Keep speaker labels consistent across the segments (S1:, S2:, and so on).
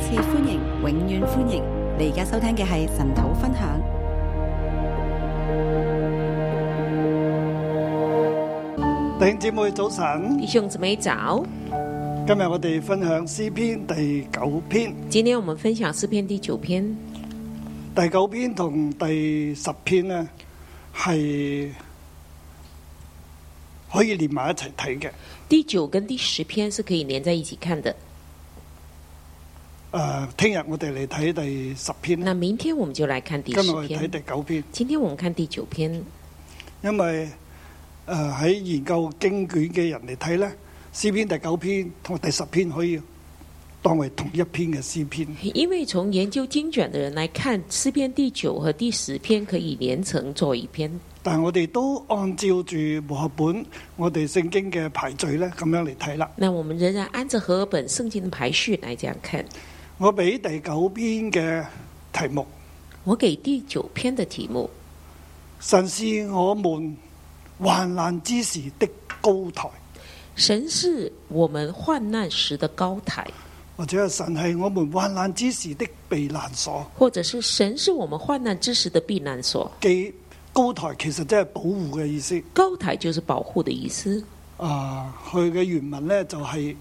S1: 次歡迎，永遠歡迎！你而家收聽嘅係神土分享。
S2: 弟兄姊妹早晨，
S3: 弟兄姊妹早，
S2: 今日我哋分享詩篇第九篇，
S3: 今天我们分享诗篇第九篇，
S2: 第九篇同第十篇呢係可以連埋一齊睇嘅。誒、
S3: 第九跟第十篇是可以連在一起看的。
S2: 聽日我哋嚟睇第十篇啦，
S3: 那明天我们就来看第
S2: 今日
S3: 十
S2: 我哋睇
S3: 篇，
S2: 第九篇，
S3: 今天我们看第九篇，
S2: 因為誒喺、研究經卷嘅人嚟睇呢，詩篇第九篇同第十篇可以當為同一篇嘅詩篇。
S3: 因为从研究经卷的人来看，诗篇第九和第十篇可以连成做一篇，
S2: 但我哋都按照住和合本我哋聖經嘅排序咧，咁樣嚟睇啦。
S3: 那我们仍然按照和合本圣经的排序来这样看。
S2: 我俾第九篇嘅題目：
S3: 我给第九篇的题目：
S2: 神是我們患難之時的高台，
S3: 神是我们患难时的高台，
S2: 或者係神係我們患難之時的避難所。
S3: 或者是神是我们患难之时的避难所。
S2: 既高台其實即係保護嘅意思。
S3: 高台就是保护的意思。
S2: 啊，佢嘅原文咧就係、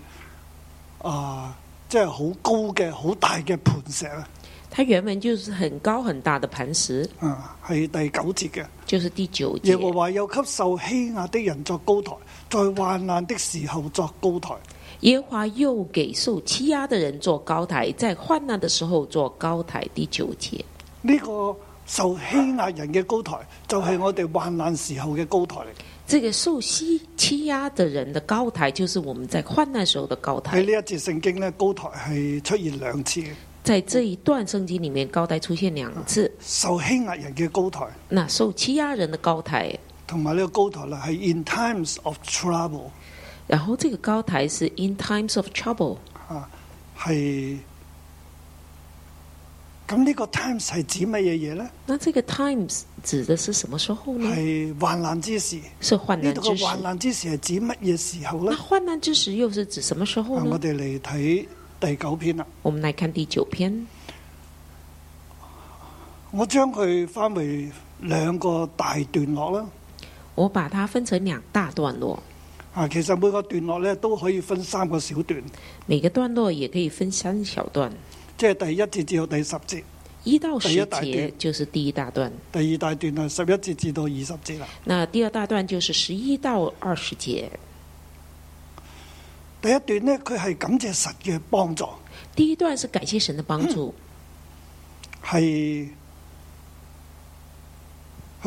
S2: 啊，即係好高嘅、好大嘅磐石啊。
S3: 它原文就是很高很大的磐石，
S2: 啊，係第九節嘅。
S3: 就是第九节
S2: 耶。和華又給受欺壓的人作高台，在患難的時候作高台。
S3: 耶和华又给受欺压的人做高台，在患难的时候做高台。第九节，
S2: 呢、個受欺壓人嘅高台，就係我哋患難時候嘅高台嚟。
S3: 这个受欺欺压的人的高台，就是我们在患难时候的高
S2: 喺
S3: 台。
S2: 呢一節聖經呢，高台係出現兩次嘅，
S3: 在这一段圣经里面，高台出现两次。
S2: 受欺壓人嘅高台，
S3: 那受欺压人的高台，
S2: 同埋呢個高台啦，係 in times of trouble
S3: 然后这个高台是 in times of trouble。
S2: 啊，係。咁呢個 times 係指乜嘢嘢呢？
S3: 那这个 times 指的是什么时候呢？
S2: 係患難之時。呢
S3: 是嗯患难
S2: 度
S3: 之
S2: 嘅
S3: 时。
S2: 患難之時係指乜嘢時候
S3: 那
S2: 呢？
S3: 患难之时又是指什么时候
S2: 啊
S3: 呢
S2: 我？哋嚟睇第九篇啦。
S3: 我们来看第九篇，
S2: 我將佢分為兩個大段落啦。
S3: 我把它分成兩大段落，
S2: 啊，其實每個段落咧都可以分三個小段，
S3: 每個段落也可以分三小段，
S2: 即係第一節至到第十節，
S3: 一到
S2: 第一
S3: 十
S2: 大
S3: 節
S2: 段
S3: 就是第一大段，
S2: 第二大段係十一節至到二十節啦。
S3: 那第二大段就是十一到二十節。
S2: 第一段呢，佢係感謝神嘅幫助，
S3: 第一段是感謝神的幫助，
S2: 係佢話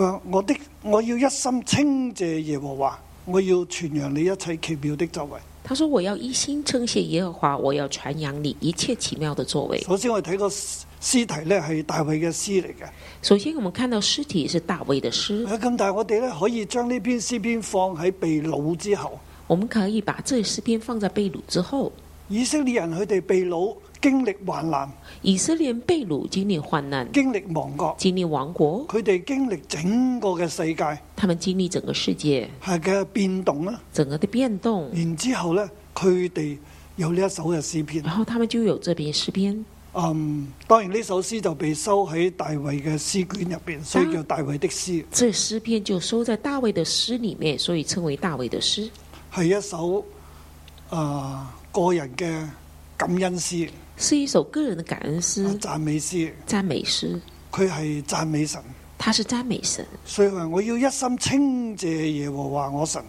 S2: 啊我的我要一心稱謝耶和華，我要傳揚你一切奇妙的作為。
S3: 他說：“我要一心稱謝耶和華，我要傳揚你一切奇妙的作為。
S2: 首先我哋睇個詩題呢，係大衛嘅詩嚟嘅，”
S3: 首先，我們看到詩題是大衛的詩，
S2: 啊咁但係我哋呢，可以將呢篇詩篇放喺被擄之後。
S3: 我們可以把這詩篇放在被擄之後。
S2: 以色列人佢哋被掳，經歷患難，
S3: 以色列人被擄，經歷患難，
S2: 經歷亡國，
S3: 經歷亡國，
S2: 佢哋經歷整個嘅世界
S3: 他們經歷整個世界
S2: 係嘅變動啦。
S3: 整個的變動，
S2: 然之後呢，佢哋有呢一首嘅詩篇。
S3: 然後他們就有這篇詩篇。
S2: 嗯，當然呢首詩就被收喺大衛嘅詩卷入邊，所以叫大衛的詩，
S3: 这詩篇就收在大衛的詩裡面，所以稱為大衛的詩，
S2: 係一首啊、個人嘅感恩詩、
S3: 是一首個人的感恩詩、
S2: 讚美詩。
S3: 讚美詩。
S2: 佢係讚美神，
S3: 他是讚美神，
S2: 所以話我要一心稱謝耶和華我神。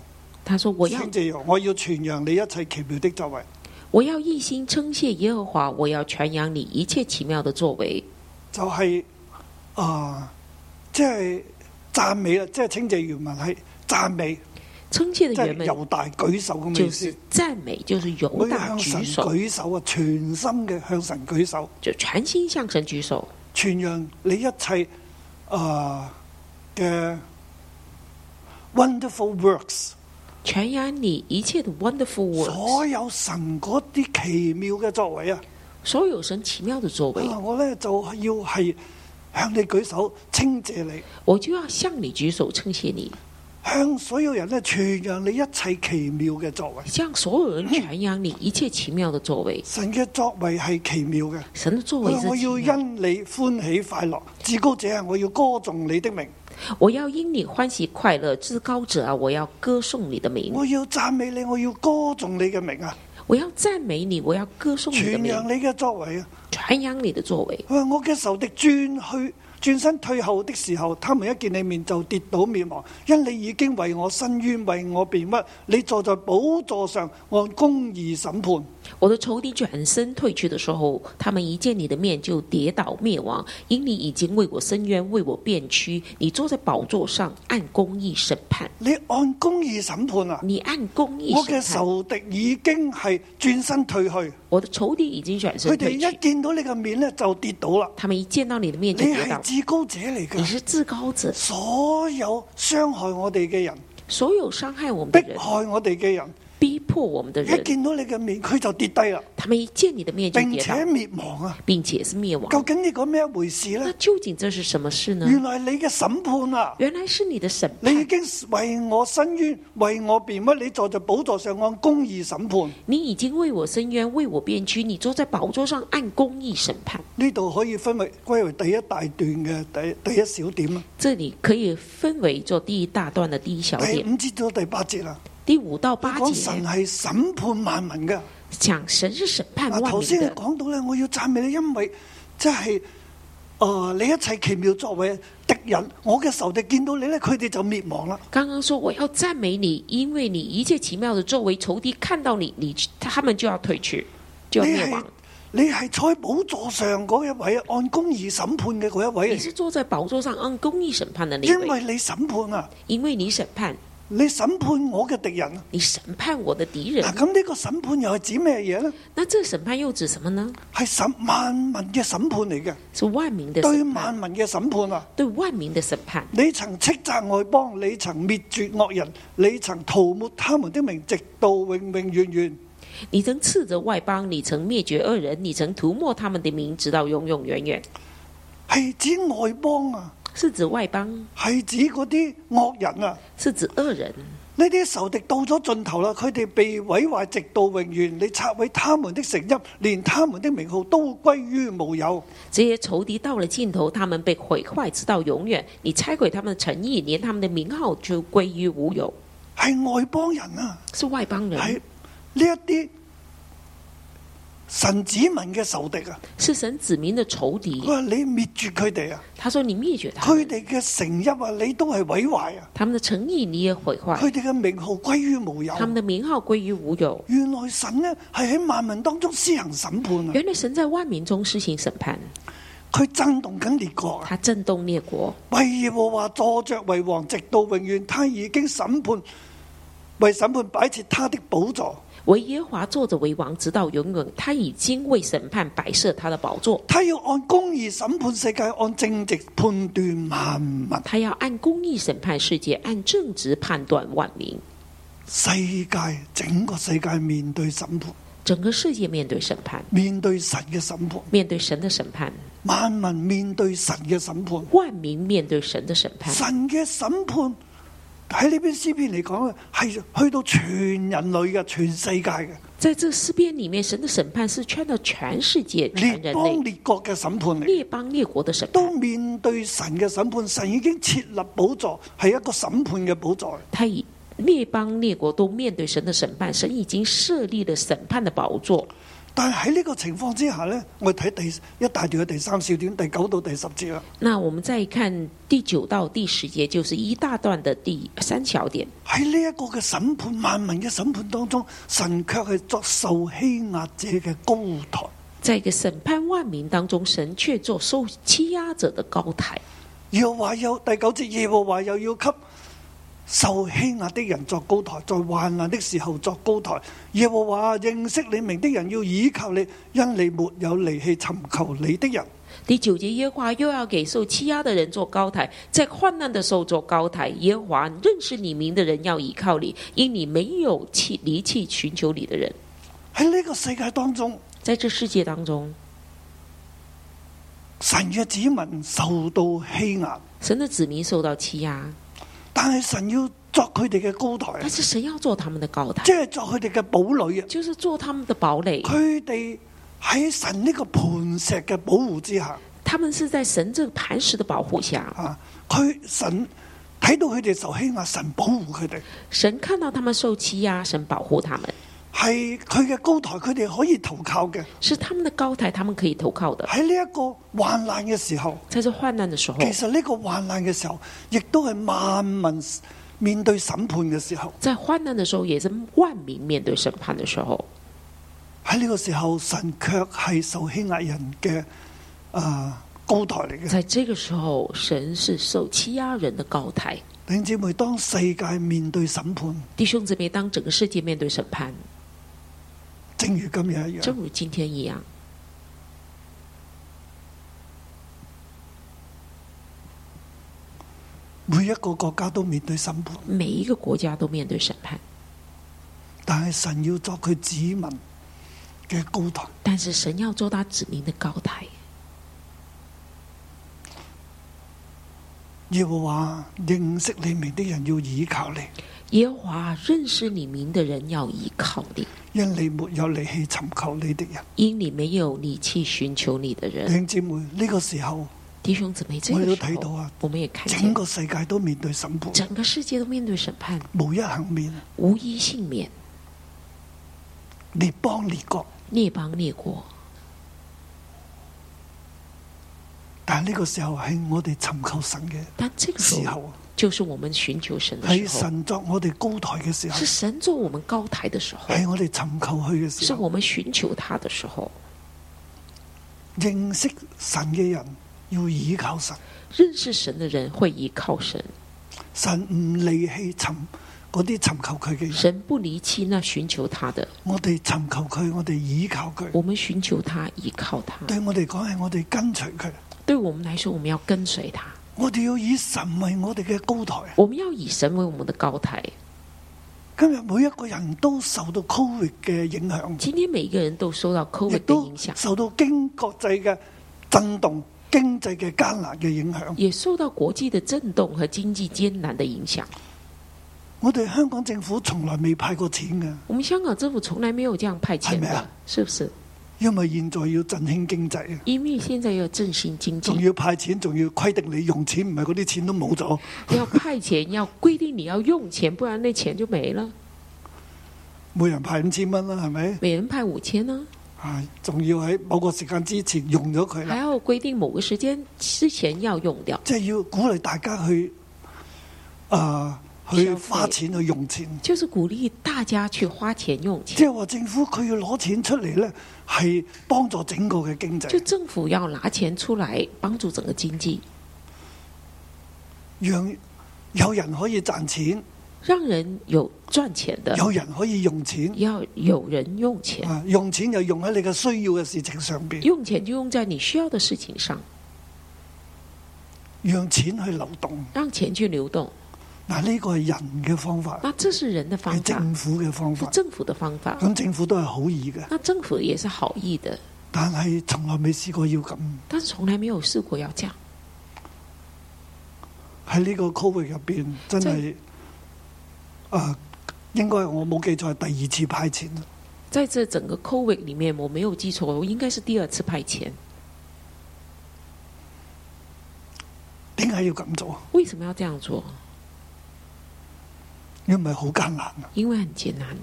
S3: 他說：“我要
S2: 稱謝我要傳揚你一切奇妙的作為。
S3: 我要一心稱謝耶和華，我要傳揚你一切奇妙的作為。
S2: 就係、啊，即係讚美啦，即係稱謝原文係讚美，”
S3: 稱謝
S2: 即
S3: 的
S2: 係
S3: 原文
S2: 猶大舉手咁嘅意
S3: 就是
S2: 思。
S3: 讚美，就是
S2: 我要
S3: 猶大
S2: 向
S3: 舉
S2: 神
S3: 手，
S2: 舉手啊，全心嘅向神舉手，
S3: 就全心向神舉手，
S2: 傳揚你一切啊嘅 wonderful works，
S3: 傳揚你一切的 wonderful works，
S2: 所有神嗰啲奇妙嘅作為啊！
S3: 所有神奇妙的作為，
S2: 啊我咧就要係向你舉手稱謝你，
S3: 我就要向你舉手稱謝你。
S2: 向所有人咧傳揚你一切奇妙嘅作為。
S3: 向所有人传扬你一切奇妙的作为。
S2: 神嘅作為係奇妙嘅，
S3: 神的作为
S2: 佢
S3: 是
S2: 話我
S3: 奇
S2: 要
S3: 妙的，
S2: 因你歡喜快樂，至高者啊，我要歌頌你的名，
S3: 我要因你欢喜快乐，至高者啊，我要歌颂你的名，
S2: 我要讚美你，我要歌頌你嘅名啊，
S3: 我要赞美你，我要歌颂你
S2: 傳
S3: 的
S2: 揚
S3: 名，
S2: 你嘅作為啊。
S3: 传扬你的作为。
S2: 佢話我嘅仇敵轉去轉身退後的時候，他們一見你面就跌倒滅亡，因你已經為我伸冤，為我辯屈。你坐在寶座上按公義審判。
S3: 我的仇敌转身退去的时候，他们一见你的面就跌倒灭亡，因你已经为我伸冤，为我辩屈。你坐在宝座上，按公义审判，
S2: 你按公義審判啊！
S3: 你按公义
S2: 我嘅
S3: 审判。
S2: 仇敵已經係轉身退去，
S3: 我的仇敌已经转
S2: 佢
S3: 身
S2: 哋
S3: 退
S2: 一
S3: 去，
S2: 見到你嘅面咧就跌倒啦。
S3: 他们一见到你的面
S2: 你
S3: 就跌
S2: 係
S3: 倒。
S2: 至高者嚟
S3: 你
S2: 㗎，
S3: 是至高者，
S2: 所有傷害我哋嘅人、
S3: 所有伤害我们的人
S2: 迫、害我哋嘅人，
S3: 逼迫我们的
S2: 一
S3: 人，
S2: 見到你嘅面佢就跌低啦，
S3: 他们一见你的面就
S2: 並
S3: 跌
S2: 且
S3: 倒，
S2: 滅亡啊！
S3: 并且是灭亡。
S2: 究竟呢個咩一回事呢
S3: 那？究竟这是什么事呢？
S2: 原來你嘅審判啊！
S3: 原来是你的审
S2: 你已
S3: 判，
S2: 經為我伸冤，為我辯屈，你坐在寶座上按公義審判。
S3: 你已经为我伸冤，为我辩屈，你坐在宝座上按公义审判。
S2: 呢度可以分為歸為第一大段嘅第第一小點啊啦，
S3: 这里可以分为做第一大段的第一小
S2: 第
S3: 点，
S2: 五節到第八節啦。
S3: 第五到八
S2: 講哎神
S3: 节
S2: 係審判萬民嘅。
S3: 讲神是审判
S2: 啊，
S3: 万
S2: 頭
S3: 民
S2: 先你
S3: 的。
S2: 講到咧，我要讚美你，因為即係誒你一切奇妙作為敵人，我嘅仇敵見到你咧，佢哋就滅亡啦。
S3: 刚刚说我要赞美你，因为你一切奇妙的作为，仇敌看到你，你他们就要退去，就要
S2: 你
S3: 灭
S2: 係
S3: 亡。
S2: 你係坐喺寶座上嗰一位，按公義審判嘅嗰一位
S3: 你
S2: 嚟，
S3: 是坐在宝座上按公义审判的那一
S2: 因
S3: 位，
S2: 為你審判啊，
S3: 因为你审判，
S2: 你審判我嘅敵人啊。
S3: 你审判我的敌人
S2: 嗱，。咁呢個審判又係指咩嘢呢？
S3: 那这审判又指什么呢？
S2: 係審萬民嘅審判嚟嘅，
S3: 是万民的
S2: 對萬
S3: 审判，
S2: 民嘅審判啊！
S3: 对万民的审判。
S2: 你曾斥責外邦，你曾滅絕惡人，你曾塗抹他們的名，直到永永遠遠。
S3: 你曾斥责外邦，你曾灭绝恶人，你曾涂抹他们的名，直到永永远远。
S2: 係指外邦啊，
S3: 是指外邦，
S2: 係指嗰啲惡人啊。
S3: 是指恶人。
S2: 呢啲仇敵到咗盡頭啦，佢哋被毀壞直到永遠。你拆毀他們的城邑，連他們的名號都歸於無有。
S3: 这些仇敌到了尽头，他们被毁坏，直到永远。你拆毁他们的诚意，连他们的名号就归于无有。
S2: 係外邦人啊，
S3: 是外邦
S2: 係
S3: 人，
S2: 呢一啲神子民嘅仇敵啊。
S3: 是神子民的
S2: 佢
S3: 仇敌。
S2: 話你滅絕佢哋啊，
S3: 他说：“你灭绝他
S2: 佢
S3: 们，
S2: 哋嘅城邑啊，你都係毀壞啊，
S3: 他们的诚意你也毁坏，
S2: 佢哋嘅名號歸於無有。
S3: 他们的名号归于无有。”
S2: 原來神呢係喺萬民當中施行審判啊，
S3: 原来神在万民中施行审判，
S2: 佢震動緊列國啊。
S3: 他震动列国，
S2: 为耶和华坐着为王，直到永远。他已经审判，为审判摆设他的宝座。
S3: 为耶和华坐着为王，直到永远。他已经为审判摆设他的宝座，
S2: 他要按公义审判世界，按正直判断万民。
S3: 他要按公义审判世界，按正直判断万民。
S2: 世界整个世界面对审判，
S3: 整个世界面对审判，
S2: 面对神嘅审判，
S3: 面对神的审判，
S2: 万民面对神嘅审判。
S3: 万民面对神的审判。
S2: 神嘅审判喺呢篇诗篇嚟讲咧，系去到全人类嘅、全世界嘅
S3: 在这诗篇里面，神的审判是圈到全世界、全
S2: 列
S3: 人
S2: 邦
S3: 类、
S2: 列国嘅审判嚟。
S3: 列邦、列国的审
S2: 都
S3: 判。
S2: 面對神嘅審判，神已經設立寶座，係一個審判嘅寶座。
S3: 他以列邦、列国都面对神的审判，神已经设立了审判的宝座。
S2: 但係喺呢個情況之下呢，我哋睇第一大段嘅第三小點，第九到第十節啦。
S3: 那我们再看第九到第十节，就是一大段的第三小点。
S2: 喺呢一個嘅審判，萬民嘅審判當中，神卻係作受欺壓者嘅高台。
S3: 在一个审判万民当中，神却做受欺压者的高台。
S2: 耶和華有第九節，耶和華又要給受欺壓的人作高台，在患難的時候作高台。耶和華認識你名的人要倚靠你，因你沒有離棄尋求你的人。
S3: 第九节，耶和华又要给受欺压的人做高台，在患难的时候做高台。耶和华认识你名的人要倚靠你，因你没有弃离弃寻求你的人。
S2: 喺呢個世界當中。
S3: 在这世界当中，
S2: 神嘅子民受到欺壓，
S3: 神的子民受到欺压，
S2: 但係神要作佢哋嘅高台啊
S3: 但，是神要做他们的高台
S2: 即，係作佢哋嘅堡壘啊。
S3: 就是做他们的堡垒。
S2: 佢哋喺神呢個磐石嘅保護之下，
S3: 他们是在神这个磐石的保护下，
S2: 啊，佢神睇到佢哋受欺壓，神保護佢哋，
S3: 神看到他们受欺压，神保护他们，
S2: 係佢嘅高台，佢哋可以投靠嘅。
S3: 是他们的高台，他们可以投靠的。
S2: 喺呢一個患難嘅時候，
S3: 在这患难的时候，
S2: 其實呢個患難嘅時候，亦都係萬民面對審判嘅時候。
S3: 在患难的时候，也是万民面對審判的時候，
S2: 喺呢個時候，神卻係受欺壓人嘅啊高台嚟嘅。
S3: 在這個時候，神是受欺壓人的高台。
S2: 弟兄姊妹，當世界面對審判，
S3: 弟兄姊妹，當整個世界面對審判，
S2: 正如今日一樣
S3: 正，如今天一樣，
S2: 每一個國家都面對審判，
S3: 每一個國家都面對審判，
S2: 但係神要作佢子民嘅高台。
S3: 但是神要做他子民的高台。
S2: 耶和華認識你名的人要倚靠你，
S3: 耶和華認識你名的人要依靠你，
S2: 因你沒有離棄尋求你的人。
S3: 因你沒有你去尋求你的
S2: 弟
S3: 人。
S2: 兄姊妹，呢、個時候
S3: 弟兄姊妹，這
S2: 我
S3: 個
S2: 哋都
S3: 時
S2: 睇到
S3: 候
S2: 啊，
S3: 我們也看
S2: 整
S3: 見
S2: 個世界都面對審判，
S3: 整個世界都面對審判，
S2: 無一幸免，
S3: 無一幸免，
S2: 列邦列國。
S3: 列邦列國。
S2: 但係呢個時候係我哋尋求神嘅
S3: 但這個時
S2: 時
S3: 候，
S2: 候，
S3: 就是我們尋求神的
S2: 係
S3: 時候，
S2: 神啊作我哋高台嘅時候
S3: 是，神做我們高台的時候，
S2: 係我哋尋求佢嘅時
S3: 是
S2: 候。
S3: 我們尋求他的時候。
S2: 認識神嘅人要倚靠神，
S3: 認識神的人會依靠神，
S2: 神唔離棄尋嗰啲尋求佢嘅人。
S3: 神不離棄那尋求他的。
S2: 我哋尋求佢，我哋倚靠佢，
S3: 我們尋求他，依靠他。
S2: 對我哋講係我哋跟隨佢。
S3: 對我們來說，我們要跟隨他，
S2: 我哋要以神為我哋嘅高台。
S3: 我們要以神為我們的高台。
S2: 今日每一個人都受到 Covid 嘅影響，
S3: 今天每一個人都受到
S2: 亦
S3: COVID 的
S2: 都
S3: 影響，
S2: 受到經國際嘅震動、經濟嘅艱難嘅影響。
S3: 也受到國際的震動和經濟艱難的影響。
S2: 我哋香港政府從來未派過錢嘅，
S3: 我們香港政府從來沒有這樣派遣
S2: 係咪
S3: 的
S2: 啊，
S3: 是不是？
S2: 因為現在要振興經濟啊，
S3: 因為現在要振興經濟
S2: 仲，要派錢，仲要規定你用錢，唔係嗰啲錢都冇咗。
S3: 要派錢，要規定你要用錢，不然那錢就沒了。
S2: 每人派五千蚊啦，係咪？
S3: 每人派五千呢，
S2: 啊，仲要喺某個時間之前用咗佢
S3: 還
S2: 啦，
S3: 要規定某個時間之前要用掉，
S2: 即係要鼓勵大家去啊、去
S3: 消費
S2: 花錢去用錢。
S3: 就是鼓勵大家去花錢用
S2: 即
S3: 錢。
S2: 係話政府佢要攞錢出嚟呢，係幫助整個嘅經
S3: 就
S2: 濟，
S3: 政府要拿錢出來幫助整個經濟，
S2: 讓有人可以賺錢，
S3: 讓人有賺錢的，
S2: 有人可以用錢。
S3: 要有人用錢，
S2: 啊，用錢就用喺你嘅需要嘅事情上邊，
S3: 用錢就用在你需要的事情上，
S2: 讓錢去流動。
S3: 讓錢去流動。
S2: 嗱，呢個係人嘅方法，
S3: 那這是人的方
S2: 係
S3: 法，
S2: 政府嘅方
S3: 是
S2: 法。
S3: 政府的方法。
S2: 咁政府都係好意嘅，
S3: 那政府也是好意的，
S2: 但係從來未試過要咁。
S3: 但是從來沒有試過要這樣。
S2: 喺呢個 Covid 入邊，真係啊，應該我冇記錯係第二次派錢啦。
S3: 在這整個 COVID 裡面，我沒有記錯，我應該是第二次派遣。
S2: 點解要咁做？
S3: 為什麼要這樣做？
S2: 因為好艱難啊！
S3: 因為很艱難，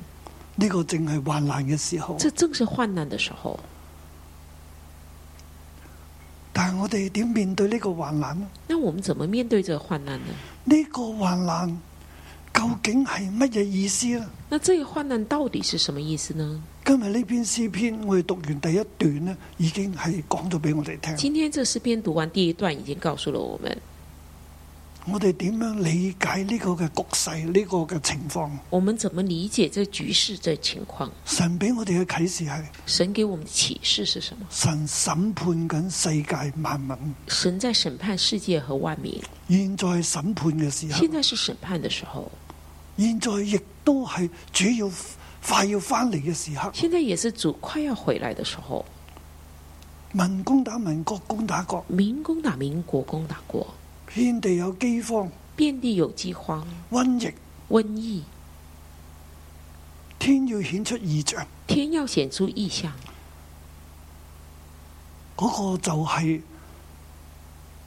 S2: 呢、個正係患難嘅時候。
S3: 這正是患難的時候。
S2: 但係我哋點面對呢個患難呢？
S3: 那我們怎麼面對這個患難呢？
S2: 呢、個患難究竟係乜嘢意思呢？
S3: 那這個患難到底是什麼意思呢？
S2: 今日呢篇詩篇，我哋讀完第一段呢，已經係講咗俾我哋聽。
S3: 今天這詩篇讀完第一段，已經告訴了我們，
S2: 我哋點樣理解呢個嘅局勢，呢、個嘅情況？
S3: 我們怎麼理解這局勢、這情況。
S2: 神俾我哋嘅啟示係
S3: 神給我們的啟示是什麼？
S2: 神審判緊世界萬民。
S3: 神在審判世界和萬民，
S2: 現在係審判嘅時候
S3: 現，在是審判的時候，
S2: 現在亦都係主要快要翻嚟嘅時刻。
S3: 現在也是主快要回來的時候。
S2: 民攻打民，國攻打國，
S3: 民攻打民，國攻打國，
S2: 遍地有饑荒、
S3: 遍地有饑荒、
S2: 瘟疫、
S3: 瘟疫，
S2: 天要顯出異象，
S3: 天要显出异象，
S2: 嗰、個就係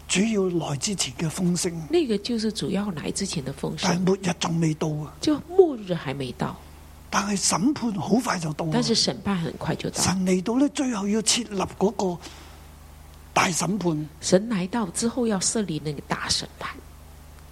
S2: 主要來之前嘅風聲，
S3: 那个就是主要来之前的丰
S2: 但係
S3: 盛，
S2: 末日仲未到啊！
S3: 就末日还没到，
S2: 但係審判好快就到啊
S3: 但是审判很快就到。
S2: 神嚟到呢，最後要設立嗰個大審判，
S3: 神来到之后要设立那个大审判，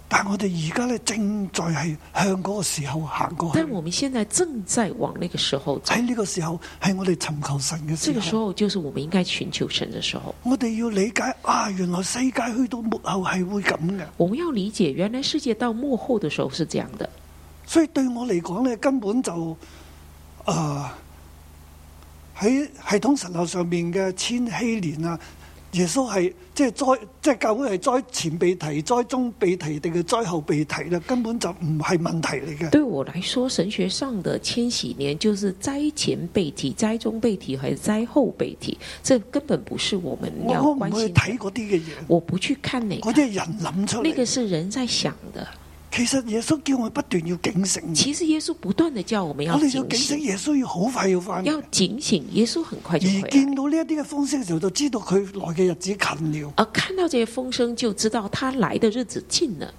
S2: 但我哋而家呢，正在係向嗰個時候行過去
S3: 但。我们现在正在往那个时候走。
S2: 喺呢個時候係我哋尋求神嘅
S3: 这个
S2: 時
S3: 时
S2: 候，
S3: 候就是我们应该寻求神的时候。
S2: 我哋要理解啊，原來世界去到末後係會咁嘅。
S3: 我们要理解，原来世界到幕后的时候是这样的。
S2: 所以對我嚟講咧，根本就誒喺、系統神學上面嘅千禧年啊，耶穌係即係災，即係教會係災前被提、災中被提定嘅災後被提啦，根本就唔係問題嚟嘅。
S3: 对我来说，神学上的千禧年就是灾前被提、灾中被提还是灾后被提，这根本不是我们
S2: 我
S3: 要
S2: 我唔
S3: 关
S2: 會
S3: 心
S2: 去
S3: 的。
S2: 睇嗰啲嘅嘢，
S3: 我不去看那
S2: 嗰
S3: 个，
S2: 啲係人諗出
S3: 那
S2: 嚟嘅。
S3: 个是人在想的。
S2: 其實耶穌叫我哋不斷要警醒，
S3: 其实耶稣不断的叫我们要
S2: 我哋要
S3: 警
S2: 哦警醒，
S3: 醒，
S2: 耶穌要好快要翻嚟。
S3: 要警醒。耶稣很快就回
S2: 而
S3: 来
S2: 見。到呢一啲嘅風聲嘅時候，就知道佢來嘅日子近了，
S3: 而看到这些风声，就知道他来的日子近了，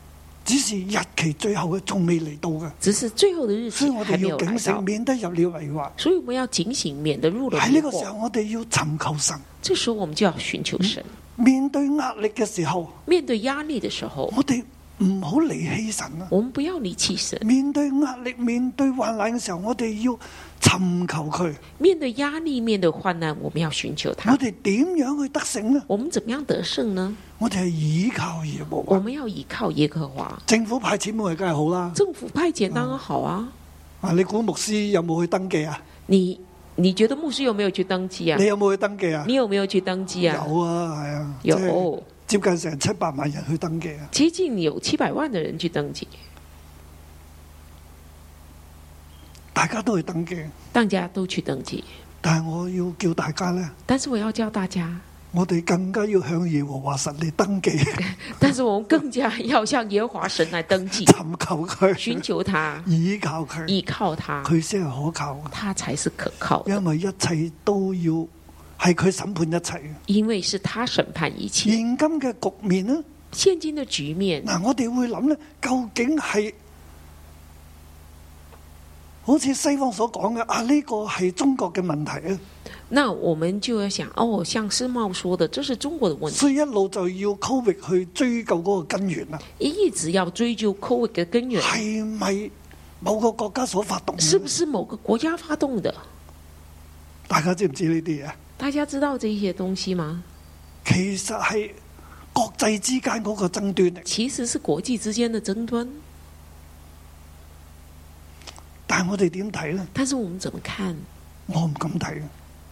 S2: 只是日期最後嘅仲未嚟到嘅。
S3: 只是最后的日
S2: 所
S3: 子
S2: 以我
S3: 还
S2: 哋
S3: 没
S2: 要
S3: 有来
S2: 警
S3: 到
S2: 醒，。免得入了迷惑。
S3: 所以我们要警醒，免得入了
S2: 喺
S3: 迷
S2: 呢個時
S3: 惑。
S2: 候，我哋要尋求神。
S3: 这时候我们就要寻求神。
S2: 面對壓力嘅時候，
S3: 面对压力的时候，
S2: 我哋唔好離棄神啊！
S3: 我们不要离弃神。
S2: 面對壓力、面對患難嘅時候，我哋要尋求佢。
S3: 面对压力，面对患难，我们要寻求
S2: 我
S3: 他。
S2: 哋點樣去得勝呢？
S3: 我们怎么样得胜呢？
S2: 我哋係倚靠耶和
S3: 我
S2: 華。
S3: 们要依靠耶和华。
S2: 政府派錢冇係梗係好啦。
S3: 政府派遣
S2: 嗯
S3: 当然好啊。
S2: 啊，你估牧師有冇去登記啊？
S3: 你你觉得牧师有没有去登记啊
S2: 你？有冇去登記啊？
S3: 你有没有去登记
S2: 有
S3: 啊？
S2: 啊，係啊，即係
S3: 有，
S2: 接近成七百萬人去登記啊！
S3: 接近有七百万的人去登记，
S2: 大家都去登記，
S3: 大家都去登记。
S2: 但係我要叫大家呢。
S3: 但是我要教大家，
S2: 我哋更加要向耶和華神嚟登記，
S3: 但是我们更加要向耶和华神来 登记，
S2: 尋求
S3: 寻
S2: 佢，
S3: 求他，
S2: 倚靠佢，
S3: 依靠他，
S2: 佢先係嗯可靠嘅。
S3: 他才是可靠的，
S2: 因為一切都要係佢審判一切嘅。
S3: 因为是他审判一切。
S2: 現今嘅局面呢，
S3: 现今的局面，
S2: 嗱，我哋會諗呢，究竟係好似西方所講嘅啊？呢、個係中國嘅問題啊，
S3: 那我们就要想，哦，像世茂说的，这是中国的问题，
S2: 所以一路就要 Covid 去追究嗰個根源啊，
S3: 一直要追究 COVID 的根源，
S2: 係咪某個國家所發動嘅？
S3: 是不是某个国家发动的？
S2: 大家知唔知呢啲嘢？
S3: 大家知道这些东西吗？
S2: 其實係國際之間嗰個爭端嚟，
S3: 其实是国际之间的争端，
S2: 但係我哋點睇呢？
S3: 但是我们怎么看？
S2: 我唔敢睇，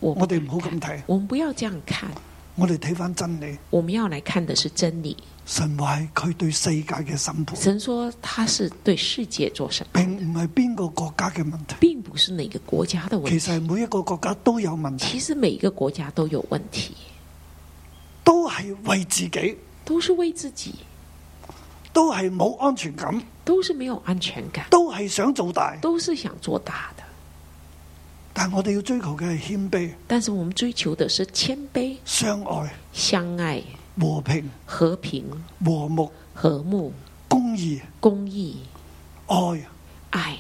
S3: 我
S2: 我
S3: 们
S2: 哋唔好咁睇，
S3: 我们不要这样看，
S2: 我哋睇翻真理。
S3: 我们要来看的是真理。
S2: 神話係佢對世界嘅審判，
S3: 神说他是对世界做审判，
S2: 並唔係邊個國家嘅問題，
S3: 并不是哪个国家的问
S2: 其
S3: 题。
S2: 實係每一個國家都有問題，
S3: 其实每一个国家都有问题，
S2: 都係為自己，
S3: 都是为自己，
S2: 都係冇安全感，
S3: 都是没有安全感，
S2: 都係想做大。
S3: 都是想做大的。
S2: 但我哋要追求嘅係謙卑、
S3: 但是我们追求的是谦卑、
S2: 相愛、
S3: 相爱、
S2: 和平、
S3: 和平、
S2: 和睦、
S3: 和睦、
S2: 公義、
S3: 公益、
S2: 愛，
S3: 爱，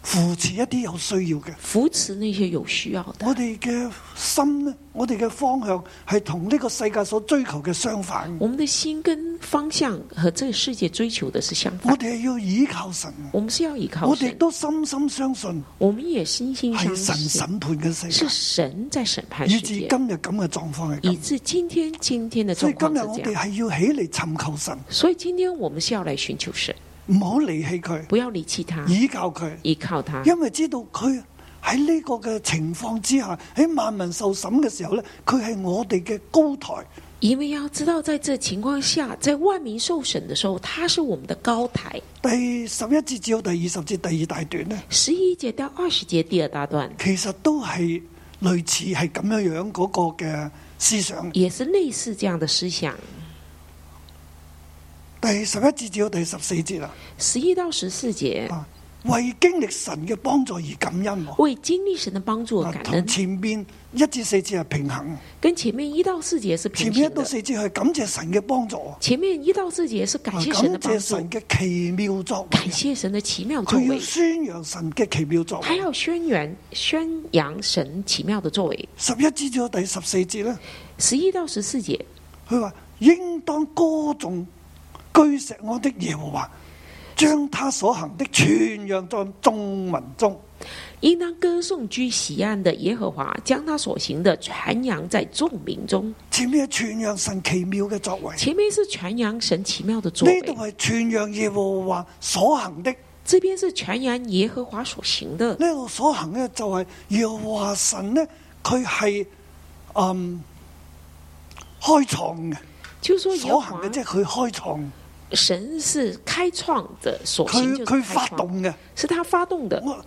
S2: 扶持一啲有需要嘅。
S3: 扶持那些有需要的。
S2: 我哋嘅心呢，我哋嘅方向係同呢個世界所追求嘅相反。
S3: 我们的心跟方向和这个世界追求的是相
S2: 我
S3: 反。
S2: 哋係要倚靠神，
S3: 我们是要依靠
S2: 我哋
S3: 神，
S2: 都深深相信
S3: 我们也深信
S2: 係
S3: 相
S2: 哎神
S3: 信
S2: 審判嘅世
S3: 是
S2: 界，
S3: 神在审判
S2: 以
S3: 世
S2: 至
S3: 界，
S2: 今日咁嘅狀況係
S3: 以
S2: 咁。
S3: 致今天今天的
S2: 所
S3: 状
S2: 以今
S3: 况
S2: 日
S3: 是
S2: 我
S3: 这
S2: 哋
S3: 样。
S2: 係要起嚟尋求神，
S3: 所以今天我们是要来寻求神，
S2: 唔好離棄佢，
S3: 不要离弃他，
S2: 倚靠佢，
S3: 依靠他，
S2: 因為知道佢喺呢個嘅情況之下，喺萬民受審嘅時候呢，佢係我哋嘅高台，
S3: 因为要知道，在这情况下，在万民受审的时候，他是我们的高台。
S2: 第十一節至到第二十節第二大段呢，
S3: 十一节到二十节第二大段，
S2: 其實都係類似係咁樣樣嗰個嘅思想。
S3: 也是类似这样的思想。
S2: 第十一節至到第十四節啊，
S3: 十一到十四节，
S2: 啊，為經歷神嘅幫助而感恩喎，
S3: 为经历神的帮助而
S2: 啊
S3: 感
S2: 同
S3: 恩，
S2: 前面一至四節係平衡，
S3: 跟前面一到四节是
S2: 前
S3: 平
S2: 面一
S3: 行
S2: 到
S3: 的。
S2: 四節係感謝神嘅幫助，啊
S3: 前面一到四节是感
S2: 感
S3: 谢神的帮
S2: 謝
S3: 助，
S2: 神嘅奇妙作為
S3: 感
S2: 啊，
S3: 谢神的奇妙作
S2: 佢要
S3: 为，
S2: 宣揚神嘅奇妙作
S3: 他
S2: 為。
S3: 要宣扬宣扬神奇妙的作为。
S2: 十一至到第十四節咧，
S3: 十一到十四节，
S2: 佢話應當歌頌居石安的耶和華，將他所行的傳揚在眾民中。
S3: 应当歌颂居西岸的耶和华，将他所行的传扬在众民中。
S2: 前面係傳揚神奇妙嘅作為，
S3: 前面是传扬神奇妙的作
S2: 呢度係
S3: 为，
S2: 傳揚耶和華所行的。
S3: 这边是传扬耶和华所行的。
S2: 呢度所行嘅就係耶和華神呢，佢係嗯開創嘅，
S3: 就是说耶
S2: 所
S3: 和
S2: 行嘅
S3: 华
S2: 即係佢開創，
S3: 神是开创的，所行
S2: 佢
S3: 就
S2: 佢
S3: 是哦开
S2: 發
S3: 创，
S2: 動嘅。
S3: 是他发动的。
S2: 我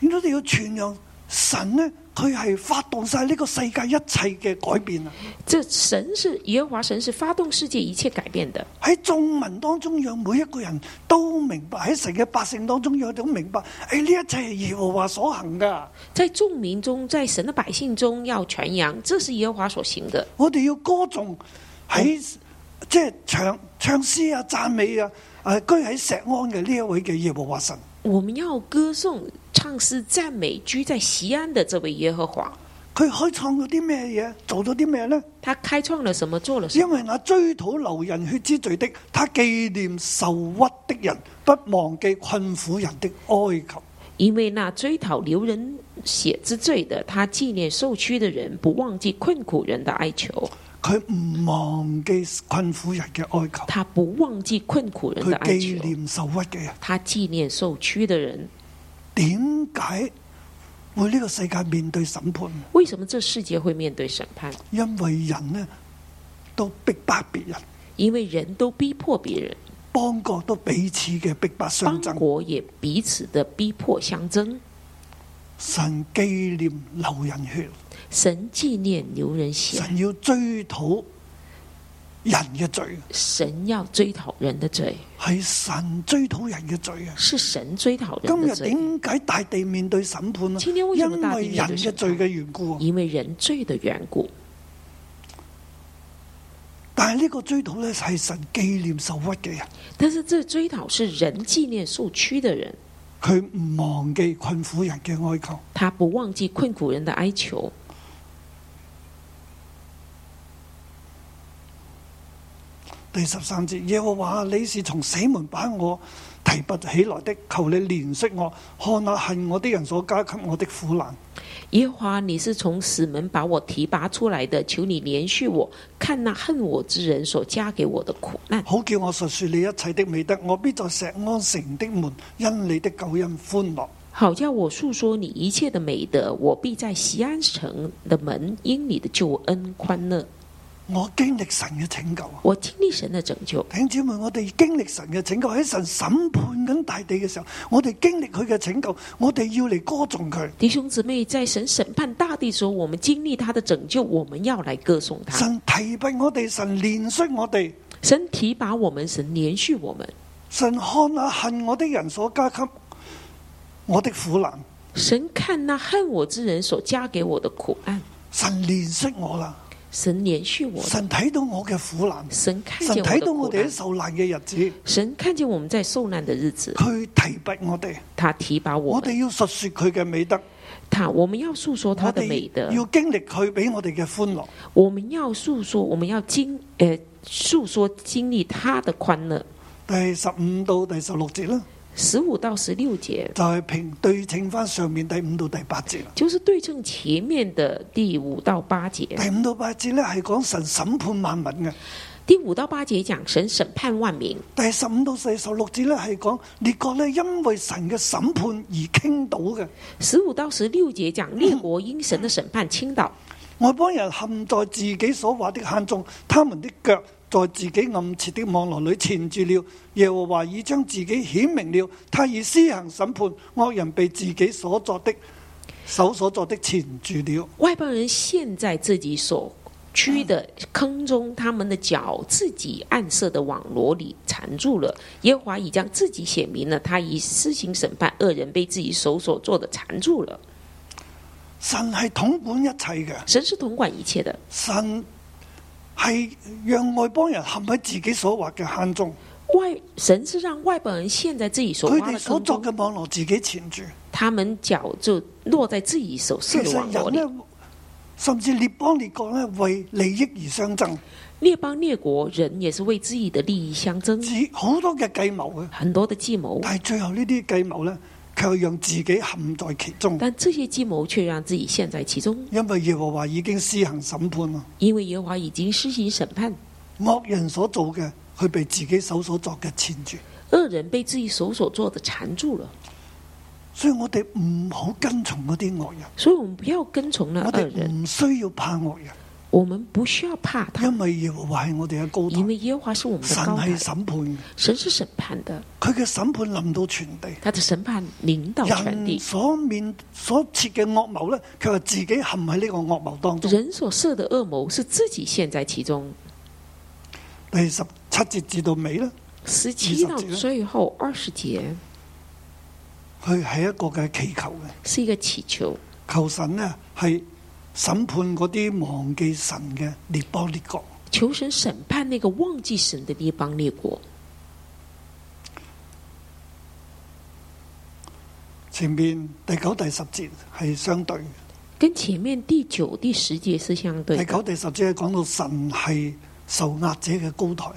S2: 點解你要傳揚神呢？佢係發動晒呢個世界一切嘅改變啊！
S3: 这神是耶和华神是发动世界一切改变的。
S2: 喺眾民當中，讓每一個人都明白喺神嘅百姓當中，讓佢哋都明白，誒呢一切係耶和華所行噶。
S3: 在众民中，在神的百姓中要传扬，这是耶和华所行的。
S2: 我哋要歌頌喺即係唱唱詩啊、讚美啊，誒居喺石安嘅呢一位嘅耶和華神。
S3: 我们要歌颂、唱诗、赞美居在西安的这位耶和华，
S2: 佢開創咗啲咩嘢？做咗啲咩呢？
S3: 他开创了什么，做了什
S2: 因
S3: 么？
S2: 為那追討流人血之罪的，他紀念受屈的人，不忘記困苦人的哀求。
S3: 因为那追讨流人血之罪的，他纪念受屈的人，不忘记困苦人的哀求，
S2: 佢唔忘記困苦人嘅哀求，
S3: 他不忘记困苦人
S2: 佢
S3: 的哀
S2: 紀
S3: 求，
S2: 念受屈嘅人。
S3: 他纪念受屈的人。
S2: 點解會呢個世界面對審判？
S3: 为什么这世界会面对审判？
S2: 因為人呢都逼迫別人，
S3: 因为人都逼迫别人，
S2: 邦國都彼此嘅逼迫相
S3: 邦
S2: 爭。
S3: 国也彼此的逼迫相争。
S2: 神紀念流人血，
S3: 神纪念流人血，
S2: 神要追討人嘅罪，
S3: 神要追讨人的罪，
S2: 係神追討人嘅罪啊！
S3: 是神追讨人
S2: 今
S3: 的
S2: 日
S3: 罪，
S2: 點解大地面對審判呢？
S3: 今天為什麼
S2: 因
S3: 大地
S2: 為
S3: 面對
S2: 人
S3: 審
S2: 嘅
S3: 判
S2: 罪嘅緣故啊。
S3: 因为人罪的缘故。
S2: 但係呢個追討呢，係神紀念受屈嘅人，
S3: 但是这追讨是人纪念受屈的人，
S2: 佢唔忘記困苦人嘅哀求。
S3: 他不忘记困苦人的哀求。
S2: 第十三節，耶和華，你是從死門把我提拔起來的，求你憐恤我，看那恨我的人所加給我的苦難。
S3: 耶和华，你是从死门把我提拔出来的，求你连续我，看那恨我之人所加给我的苦难，
S2: 好叫我述說你一切的美德，我必在石安城的門因你的救恩歡樂。
S3: 好叫我述说你一切的美德。我必在西安城的门因你的救恩欢乐。
S2: 我經歷神嘅拯救啊！
S3: 我经历神的拯救。
S2: 弟兄姊妹，我哋經歷神嘅拯救，喺神審判緊大地嘅時候，我哋經歷佢嘅拯救，我哋要嚟歌頌佢。
S3: 弟兄姊妹，在神审判大地的时候，我们经历他的拯救，我们要来歌颂他。
S2: 神提拔我哋，神憐恤我哋，
S3: 神提拔我们，神连续我们，
S2: 神看下恨我的人所加給我的苦難，
S3: 神看那恨我之人所加给我的苦难，
S2: 神憐恤我啦，
S3: 神连续我的，
S2: 神睇到我嘅苦難，
S3: 神看
S2: 神
S3: 见
S2: 睇
S3: 我
S2: 到
S3: 的
S2: 我
S3: 苦
S2: 哋喺
S3: 难，
S2: 受難嘅日子，
S3: 神看见我们在受难的日子，
S2: 佢提拔我哋，
S3: 他提拔我
S2: 我
S3: 们，
S2: 哋要述說佢嘅美德，
S3: 他我们要诉说他
S2: 我
S3: 的美德
S2: 哋，要經歷佢俾我哋嘅歡樂。
S3: 我们要诉说，我们要经呃诉说经历他的欢乐。
S2: 第十五到第十六節啦。
S3: 十五到十六节
S2: 就係平對稱翻上面第五到第八節啦。
S3: 就是对称前面的第五到八节。
S2: 第五到八節咧係講神審判萬民嘅，
S3: 第五到八节讲神审判万民，
S2: 第十五到四十六節咧係講列國咧因為神嘅審判而傾倒嘅，
S3: 十五到十六节讲列国因神的审判倾倒，
S2: 外邦人陷在自己所畫的坑中，他們的腳在自己暗設的網羅裏纏住了。耶和華已將自己顯明了，他已施行審判，惡人被自己所作的手所作的纏住了。
S3: 外邦人陷在自己所居的坑中，他们的脚自己暗设的网罗里缠住了。耶和华已将自己显明了，他已施行审判，恶人被自己手所做的缠住了。
S2: 神係統管一切嘅，
S3: 神是统管一切的，
S2: 神係讓外邦人陷喺自己所畫嘅坑中，
S3: 外神是让外邦人陷在自己所
S2: 佢
S3: 挖
S2: 哋
S3: 的
S2: 所
S3: 坑
S2: 作
S3: 中，
S2: 嘅網羅自己纏住。
S3: 他们脚就落在自己手
S2: 其
S3: 设的网
S2: 實
S3: 罗
S2: 人啊
S3: 里。
S2: 呢，甚至列邦列國呢，為利益而相爭，
S3: 列邦列国人也是为自己的利益相争，
S2: 自好多嘅計謀嘅。
S3: 很多的计谋，
S2: 但係最後呢啲計謀呢，卻讓自己陷在其中，
S3: 但这些计谋却让自己陷在其中，
S2: 因為耶和華已經施行審判啦。
S3: 因为耶和华已经施行审判，
S2: 惡人所做嘅，佢被自己手所作嘅纏住，
S3: 恶人被自己手所做的缠住了。
S2: 所以我哋唔好跟從嗰啲惡人，
S3: 所以我们不要跟从那
S2: 我
S3: 恶
S2: 哋
S3: 人，
S2: 唔需要怕惡人，
S3: 我们不需要呃怕他，
S2: 因為耶和華係我哋嘅高
S3: 因
S2: 台，
S3: 为耶和华是我们的
S2: 神
S3: 高
S2: 係
S3: 台，
S2: 審判嘅，
S3: 神是审判的，
S2: 佢嘅審判臨到全地。
S3: 他的审判领导全
S2: 人
S3: 地。
S2: 所面所設嘅惡謀呢，佢係自己陷喺呢個惡謀當中。
S3: 人所设的恶谋是自己陷在其中。
S2: 第十七節至到尾呢，
S3: 十七
S2: 二
S3: 到
S2: 十节呢
S3: 最后二十节
S2: 佢係一個嘅祈求嘅，
S3: 是一个祈求，
S2: 求神呢係審判嗰啲忘記神嘅列邦列國。
S3: 求神审判那个忘记神的列邦列国。
S2: 前面第九、第十節係相對嘅。
S3: 跟前面第九、第十节是相对
S2: 第九、
S3: 的。
S2: 第十節講到神係受壓者嘅高台，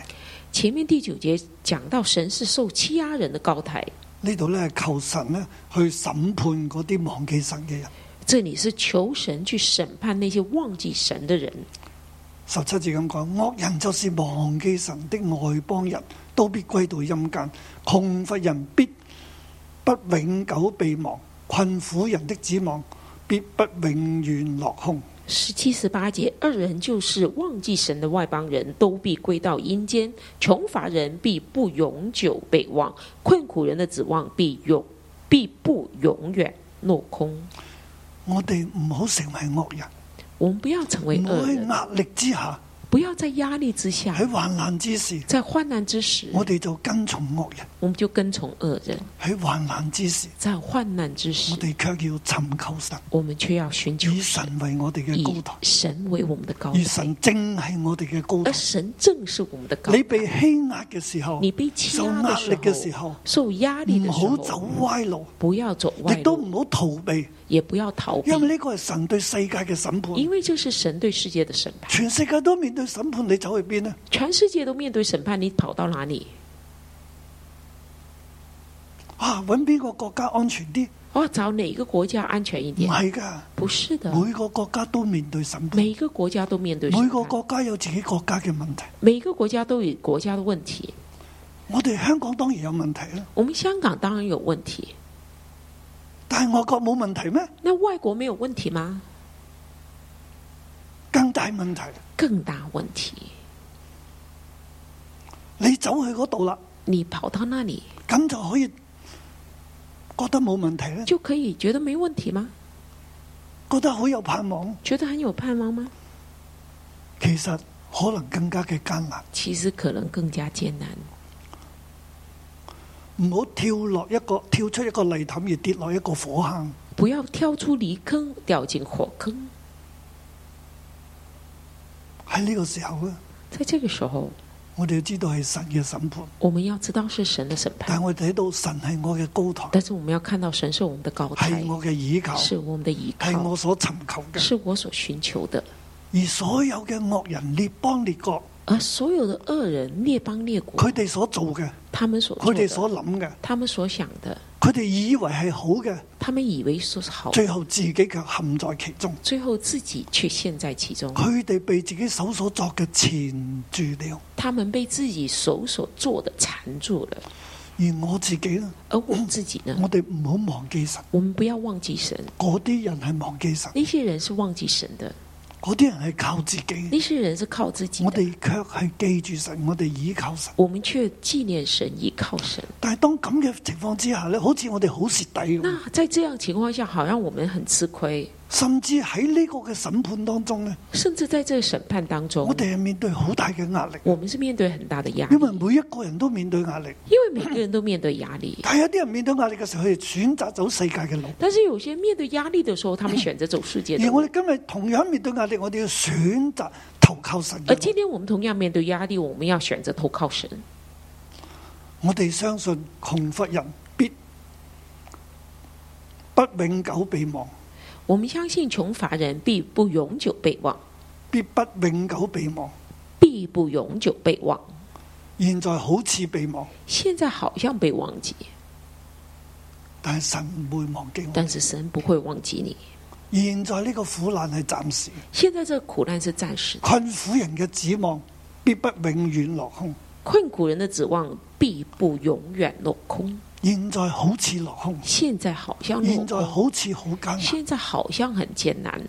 S3: 前面第九节讲到神是受欺压人的高台，
S2: 呢度呢，求神呢去審判嗰啲忘記神嘅人。
S3: 这里是求神去审判那些忘记神的人。
S2: 十七節咁講，惡人就是忘記神的外邦人，都必歸到陰間。窮乏人必不永久被忘，困苦人的指望必不永遠落空。
S3: 十七、十八节，二人就是忘记神的外邦人，都必归到阴间；穷乏人必不永久被忘，困苦人的指望必永必不永远落空。
S2: 我哋唔好成為惡人，
S3: 我们不要成为
S2: 唔好
S3: 恶
S2: 喺
S3: 人，
S2: 壓力之下，
S3: 不要在压力之下，
S2: 喺患難之時，
S3: 在患难之时，
S2: 我哋就跟從惡人；
S3: 我们就跟从恶人；
S2: 喺患難之時，
S3: 在患难之时
S2: 我，哋卻要尋求神，
S3: 我们却要寻求
S2: 以神為我哋嘅高
S3: 以
S2: 台，
S3: 神为我们的高
S2: 而
S3: 台，
S2: 神正係我哋嘅高
S3: 而
S2: 台。
S3: 神正是我们的高
S2: 你
S3: 台。
S2: 被欺壓嘅時候，
S3: 你被欺
S2: 受
S3: 压
S2: 壓力
S3: 的
S2: 嘅
S3: 时
S2: 時
S3: 候，
S2: 候。
S3: 受压力
S2: 唔
S3: 的时
S2: 好走
S3: 候，
S2: 歪路，
S3: 不要走
S2: 亦
S3: 歪
S2: 都
S3: 路，
S2: 唔好逃避，
S3: 也不要逃避
S2: 因，為呢個係神對世界嘅審
S3: 因
S2: 判。
S3: 为这是神对世界的审判。
S2: 全世界都面對審判，你走去邊呢？
S3: 全世界都面对审判，你跑到哪里？
S2: 啊，揾邊個國家安全啲？
S3: 哦，找哪个国家安全一
S2: 唔
S3: 点？
S2: 係㗎，
S3: 不是的，
S2: 每個國家都面對審判，
S3: 每个国家都面对审
S2: 每個
S3: 判，
S2: 國家有自己國家嘅問題。
S3: 每个国家都有国家的问题。
S2: 我哋香港當然有問題啦，
S3: 我们香港当然有问题，
S2: 但係外國冇問題咩？
S3: 那外国没有问题吗？
S2: 更大問題，
S3: 更大问题，
S2: 你走去嗰度啦，
S3: 你跑到那里
S2: 咁就可以覺得冇問題咧，
S3: 就可以觉得没问题吗？
S2: 覺得好有盼望。
S3: 觉得很有盼望吗？
S2: 其實可能更加嘅艱難。
S3: 其实可能更加艰难。
S2: 唔好跳落一個跳出一個泥潭而跌落一個火坑。
S3: 不要跳出泥坑，掉进火坑。
S2: 喺呢個時候咧，
S3: 在这个时候，
S2: 我哋要知道係神嘅審判，
S3: 我们要知道是神的审
S2: 但
S3: 判
S2: 係，我哋睇到神係我嘅高台，
S3: 但是我们要看到神是我们的高台
S2: 係，我嘅倚靠，
S3: 是我们的依
S2: 係
S3: 靠，
S2: 我所尋求嘅。
S3: 是我所寻求的。
S2: 而所有嘅惡人列邦列國，
S3: 而所有的恶人、列邦、列国，
S2: 佢哋所做嘅，
S3: 他们所做
S2: 佢
S3: 的
S2: 哋，所諗嘅，
S3: 他们所想的，
S2: 佢哋以為係好嘅，
S3: 他们以为说是好，
S2: 最後自己卻陷在其中。
S3: 最后自己却陷在其中。
S2: 佢哋被自己手所作嘅纏住了，
S3: 他们被自己手所做的缠住了。
S2: 而我自己呢，
S3: 而我自己呢？
S2: 我哋唔好忘記神。
S3: 我们不要忘记神，
S2: 嗰啲人係忘記神，
S3: 那些人是忘记神的，
S2: 嗰啲人係靠自己。
S3: 那些人是靠自己
S2: 我
S3: 的。
S2: 哋卻係記住神，我哋倚靠神。
S3: 我们却纪念神，依靠神。
S2: 但係當咁嘅情況之下咧，好似我哋好蝕底咁。
S3: 那在这样情况下，好像我们很吃亏。
S2: 甚至喺呢個嘅審判當中咧，
S3: 甚至在这个审判当中
S2: 我，哋係面對好大嘅壓力，
S3: 我们是面对很大的压力
S2: 因，為每一個人都面對壓力。
S3: 因为每个人都面对压 力。
S2: 但係有啲人面對壓力嘅時候，佢哋選擇走世界嘅路。
S3: 但是有些面对压力的时候，他们选择走世界 的
S2: 而我
S3: 路。
S2: 哋今日同樣面對壓力，我哋要選擇投靠神嘅
S3: 而
S2: 路
S3: 今天我们同样面对压力，我们要选择投靠神。
S2: 我哋相信窮乏人必不永久被忘，
S3: 我们相信穷乏人必不永久被忘，
S2: 必不永久被忘。
S3: 必不永久被忘。
S2: 現在好似被忘，
S3: 现在好像被忘记，
S2: 但係神唔會忘記我。
S3: 但是神不会忘记你。
S2: 現在呢個苦難係暫時嘅，
S3: 现在这苦难是暂时的，
S2: 困苦人嘅指望必不永遠落空。
S3: 困苦人的指望必不永远落空。
S2: 現在好似落空，
S3: 现在好像落
S2: 現在
S3: 空，
S2: 好似好艱難，
S3: 现在好像很艰难，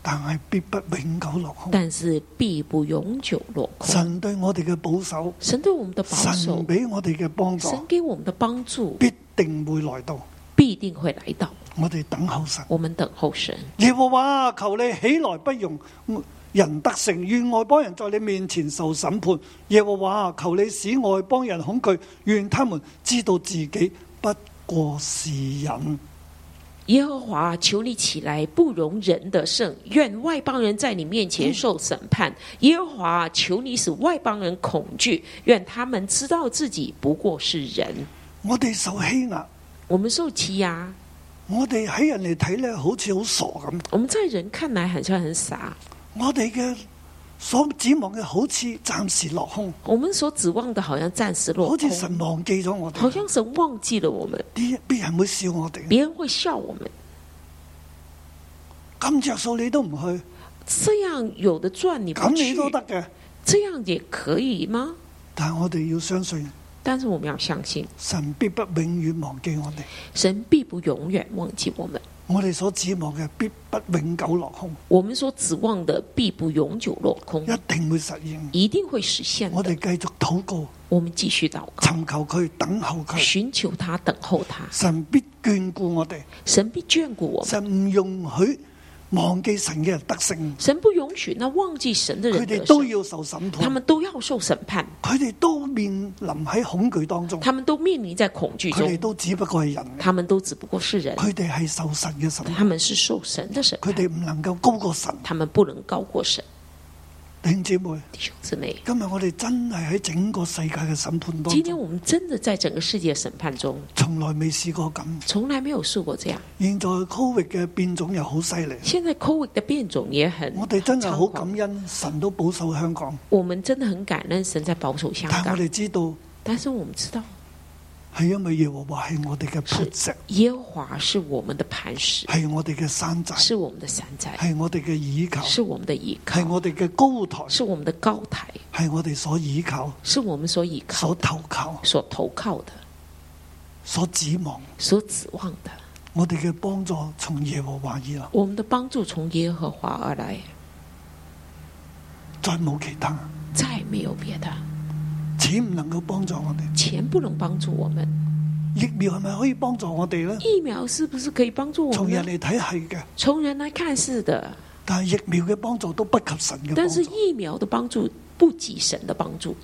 S2: 但係必不永久落空。
S3: 但是必不永久落空。
S2: 神對我哋嘅保守，
S3: 神对我们的保守
S2: 神，俾我哋嘅幫助，
S3: 神给我们的帮助
S2: 必定會來到。
S3: 必定会来到。
S2: 我哋等候神。
S3: 我们等候神。
S2: 耶和華，求你起來不容人得勝，願外邦人在你面前受審判。耶和華，求你使外邦人恐懼，願他們知道自己不過是人。
S3: 耶和华，求你起来，不容人得胜。愿外邦人在你面
S2: 嗯
S3: 前受审判。耶和华，求你使外邦人恐惧，愿他们知道自己不过是人。
S2: 我哋受欺壓，
S3: 我们受欺压，
S2: 我哋喺人嚟睇呢，好似好傻咁。
S3: 我们在人看来好像很傻，
S2: 我哋嘅所指望嘅好似暫時落空，
S3: 我们所指望的好像暂时落
S2: 好似
S3: 空，
S2: 神忘記咗我
S3: 好
S2: 哋。
S3: 像神忘记了我们，
S2: 啲別人會笑我哋，
S3: 别人会笑我们。
S2: 咁着數你都唔去，
S3: 这样有的赚你
S2: 咁
S3: 不
S2: 你
S3: 去，
S2: 都得嘅。
S3: 这样也可以吗？
S2: 但係我哋要相信
S3: 但是我们要相信，
S2: 神必不永遠忘記我哋。
S3: 神必不永远忘记我们。
S2: 我哋所指望嘅必不永久落空，
S3: 我们所指望的必不永久落空，
S2: 一定會實現。
S3: 一定会实现
S2: 我
S3: 的。
S2: 哋繼續禱告，
S3: 我们继续祷告，
S2: 尋求佢，等候佢。
S3: 寻求他，等候他，
S2: 神必眷顧我哋，
S3: 神必眷顾我们。
S2: 神唔容許忘記神嘅人得勝。
S3: 神不容许那忘记神的
S2: 佢
S3: 人
S2: 哋
S3: 得
S2: 都
S3: 胜，
S2: 要受審
S3: 他
S2: 判，
S3: 们都要受审判，
S2: 佢哋都面臨喺恐懼當中，
S3: 他们都面临在恐惧
S2: 哦佢哋
S3: 中，
S2: 都只不過係人，
S3: 他们都只不过是人，
S2: 佢哋係受神嘅審判，
S3: 他们是受神的审
S2: 佢
S3: 判，
S2: 哋唔能夠高過神。
S3: 他们不能高过神。
S2: 弟兄姊妹，
S3: 弟兄姊妹，
S2: 今日我哋真係喺整個世界嘅審判當
S3: 今天
S2: 中，
S3: 我们真的在整个世界审判中，
S2: 從來未試過咁。
S3: 从来没有试过这样。
S2: 現在 Covid 嘅變種又好犀利。
S3: 现在 COVID 的变种也很
S2: 我哋真係好
S3: 猖
S2: 感
S3: 狂，
S2: 恩，神都保守香港。
S3: 我们真的很感恩神在保守香
S2: 但係我
S3: 港，
S2: 哋知道
S3: 但是我们知道。
S2: 係因為耶和華係我哋嘅磐石，
S3: 耶和华是我们的磐石，
S2: 係我哋嘅山寨，
S3: 是我们的山寨，
S2: 係我哋嘅倚靠，
S3: 是我们的依靠
S2: 係，我哋嘅高台，
S3: 是我们的高台，
S2: 係我哋所倚靠、
S3: 是我们所倚靠、
S2: 所投靠、
S3: 所投靠的、
S2: 所指望。
S3: 所指望的。
S2: 我哋嘅幫助從耶和華而來，
S3: 我们的帮助从耶和华而来，
S2: 再冇其他，
S3: 再没有别的。
S2: 錢唔能夠幫助我哋。
S3: 钱不能帮助我们，
S2: 疫苗係咪可以幫助我哋呢？
S3: 疫苗是不是可以帮助我
S2: 從人
S3: 们呢？
S2: 嚟睇係嘅，
S3: 从人来看是的，
S2: 但係疫苗嘅幫助都不及神嘅幫
S3: 但是
S2: 助。
S3: 疫苗的帮助不及神的帮助。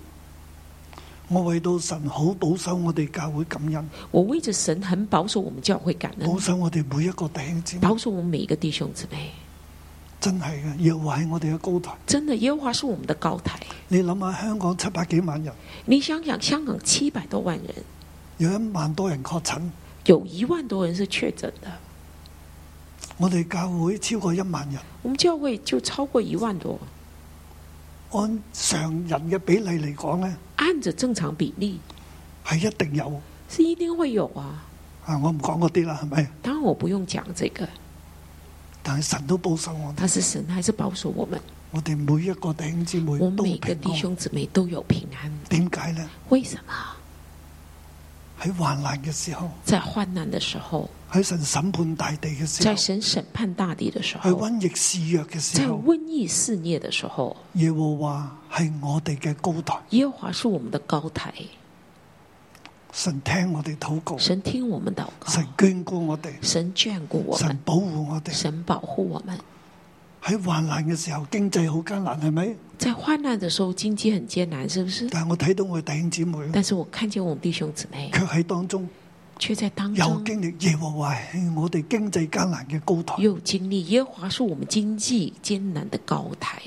S2: 我為到神好保守我哋教會感恩，
S3: 我为着神很保守我们教会感
S2: 保
S3: 恩，
S2: 守我哋每一個弟兄姊妹。
S3: 保守我们每一个弟兄姊妹。
S2: 真係嘅，耶和華係我哋嘅高台。
S3: 真的，耶和华是我们的高台。
S2: 你諗下，香港七百幾萬人，
S3: 你想想，香港七百多万人，
S2: 有一萬多人確診，
S3: 有一万多人是确诊的，
S2: 我哋教會超過一萬人。
S3: 我们教会就超过一万多。
S2: 按常人嘅比例嚟講呢，
S3: 按着正常比例
S2: 係一定有
S3: 是一定会有啊。
S2: 啊！我唔講嗰啲啦，係咪？
S3: 当然我不用讲这个，
S2: 但係神都保守我哋，
S3: 但是神还是保守我们。
S2: 我哋每一個弟兄姊妹
S3: 我
S2: 都
S3: 们每个
S2: 平
S3: 弟
S2: 安。
S3: 兄姊妹都有平安，
S2: 點解呢？
S3: 为什么？
S2: 喺患難嘅時候，
S3: 在患难的时候，
S2: 喺神審判大地嘅時
S3: 在
S2: 候，
S3: 神审判大地的时
S2: 喺
S3: 候，
S2: 瘟疫肆虐嘅時
S3: 在
S2: 候，
S3: 瘟疫肆虐的时候，
S2: 耶和華係我哋嘅高台。
S3: 耶和华是我们的高台。
S2: 神聽我哋禱告，
S3: 神听我们祷告，
S2: 哦神眷顧我哋，
S3: 神眷顾我
S2: 神
S3: 们，
S2: 保護我哋。
S3: 神保护我们。
S2: 喺患難嘅時候，經濟好艱難，係咪？
S3: 在患难的时候，经济很艰难，是不是？
S2: 但系我睇到我哋弟兄姊妹，
S3: 但是我看见我们弟兄姊妹
S2: 卻喺當中
S3: 却在当
S2: 又
S3: 中
S2: 經歷耶和華係我哋經濟艱難嘅高台。
S3: 又经历耶和华是我们经济艰难的高台。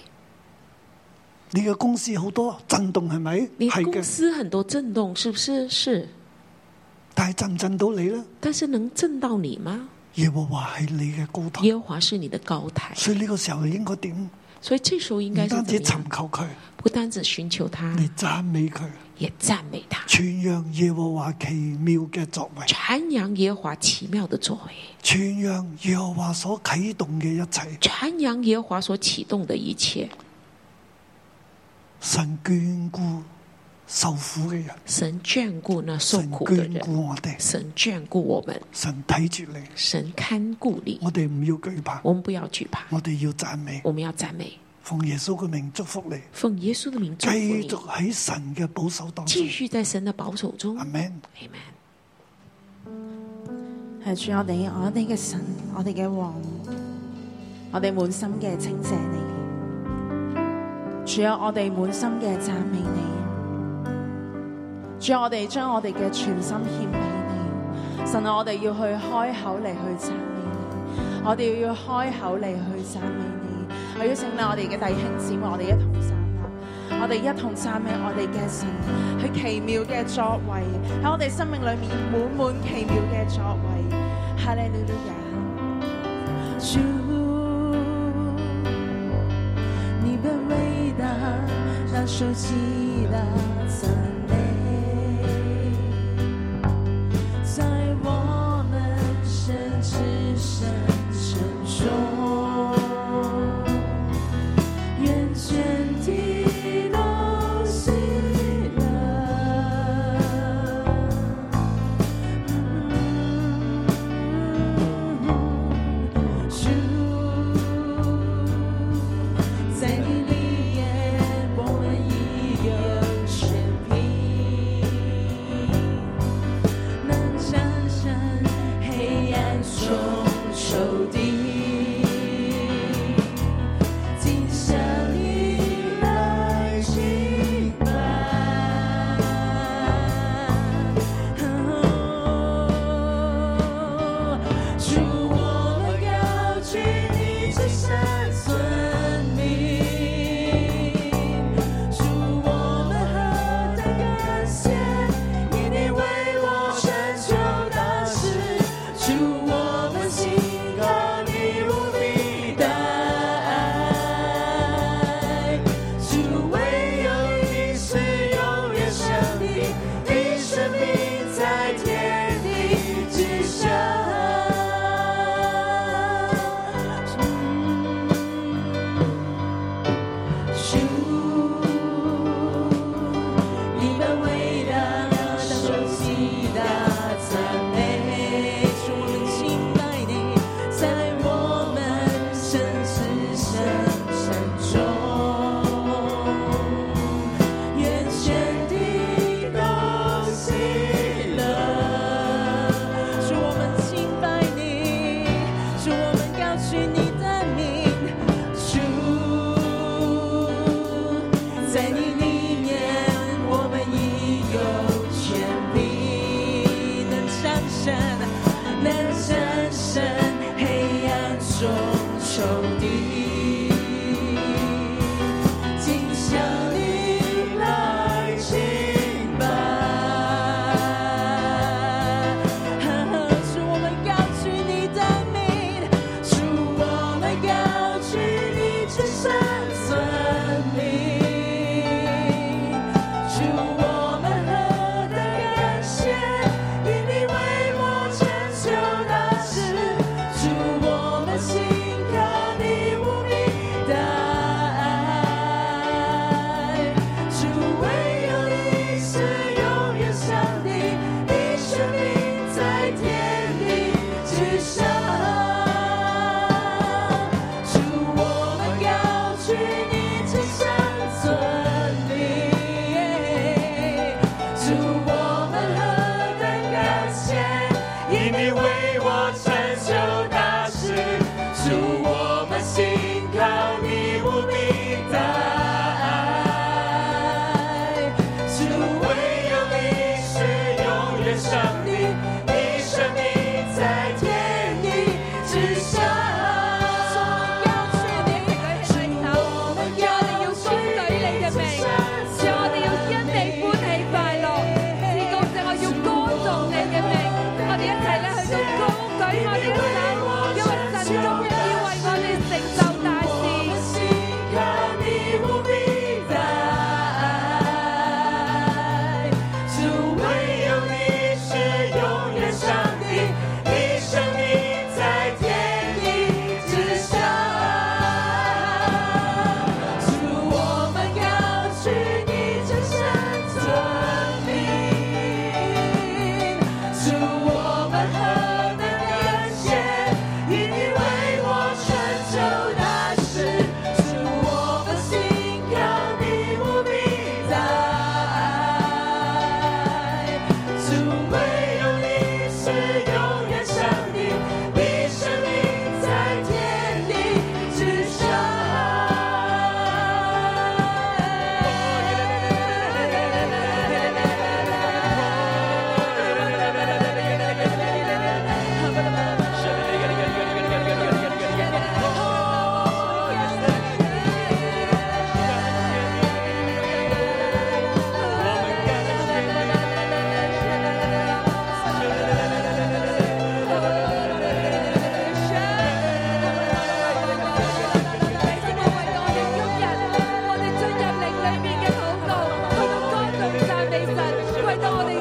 S2: 你嘅公司好多震動，係咪？
S3: 你
S2: 係
S3: 公
S2: 嘅，
S3: 司很多震动，是不是？是，
S2: 但係震唔震到你呢？
S3: 但是能震到你吗？
S2: 耶和華係你嘅高台，
S3: 耶和华是你的高台，
S2: 所以呢個時候你應該點？唔
S3: 所以这时候应该是
S2: 單
S3: 怎
S2: 止
S3: 么样？
S2: 尋求佢，
S3: 不单只寻求他，
S2: 嚟讚美佢，
S3: 也赞美他，
S2: 傳揚耶和華奇妙嘅作為，
S3: 传扬耶和华奇妙的作为，
S2: 傳揚耶和華所啟動嘅一切。
S3: 传扬耶和华所启动的一切。
S2: 神眷顧受苦嘅人，
S3: 神眷顾那受
S2: 神
S3: 苦的
S2: 眷顧
S3: 人，
S2: 我哋，
S3: 神眷顾我们，
S2: 神睇住你，
S3: 神看顾你。
S2: 我哋唔要懼怕，
S3: 我们不要惧怕，
S2: 我哋要讚美，
S3: 我们要赞美，
S2: 奉耶穌嘅名祝福你，
S3: 奉耶稣的名祝福
S2: 繼
S3: 你，
S2: 續喺神嘅保守當中
S3: 继。续在神的保守中。
S2: 阿
S3: Amen。
S2: 門。
S4: 系主我哋，我哋嘅神，我哋嘅王，我哋满心嘅称谢你。主啊，我哋满心嘅赞美你。主啊，我哋将我哋嘅全心献俾你。神啊，我哋要去开口嚟去赞美你，我哋要开口嚟去赞美你。我邀请你，我哋嘅弟兄姊妹，我哋一同站立，我哋一同赞美我哋嘅神，佢奇妙嘅作为喺我哋生命里面满满奇妙嘅作为。哈利路亚！主，你的伟大，那受极大赞美，在我们深之深深中。愿全地都喜乐。主，在你里面，我们已有全凭，能战胜黑暗中仇敌。今生你来敬拜，主我们要举你至圣尊名，主我们何等感谢，因你为我成就大事，主我们信靠你无比的爱，主唯有你是永远上帝，你生命在天地之上。主，你们伟大，受极大赞美，主我们敬拜你，在我们深之深深中，愿全地都喜乐。主我们敬拜你，主我们高举你的名，主在你里面，我们已有权柄，能战胜，能战胜黑暗中仇敌。今向你来敬拜，主我们高举你的名，主我们高举你至圣尊名，主我们何等感谢，因你为我成就大事，主我们心靠你无比的爱，主唯有你是永远上帝，你生命在天地之上。主，我们高举你至圣尊名，主，我们何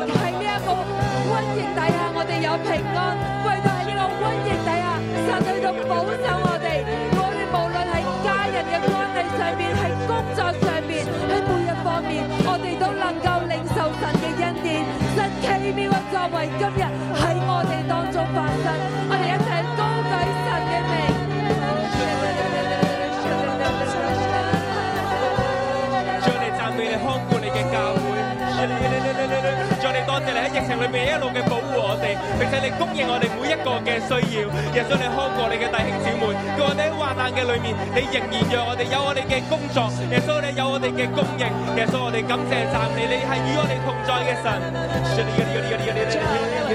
S5: à?
S6: 今日喺我哋當中發生，我哋一齊高舉神嘅名。
S7: 主我哋赞美你看顧你嘅教會，主我哋多謝你喺疫情裏面一路嘅保護我哋，並且你供應我哋每一個嘅需要。耶穌你看顧你嘅弟兄姊妹，叫我哋喺患難嘅裏面，你仍然讓我哋有我哋嘅工作。耶穌你有我哋嘅供應，耶穌我哋感謝讚美你，係與我哋同在嘅神。
S8: 主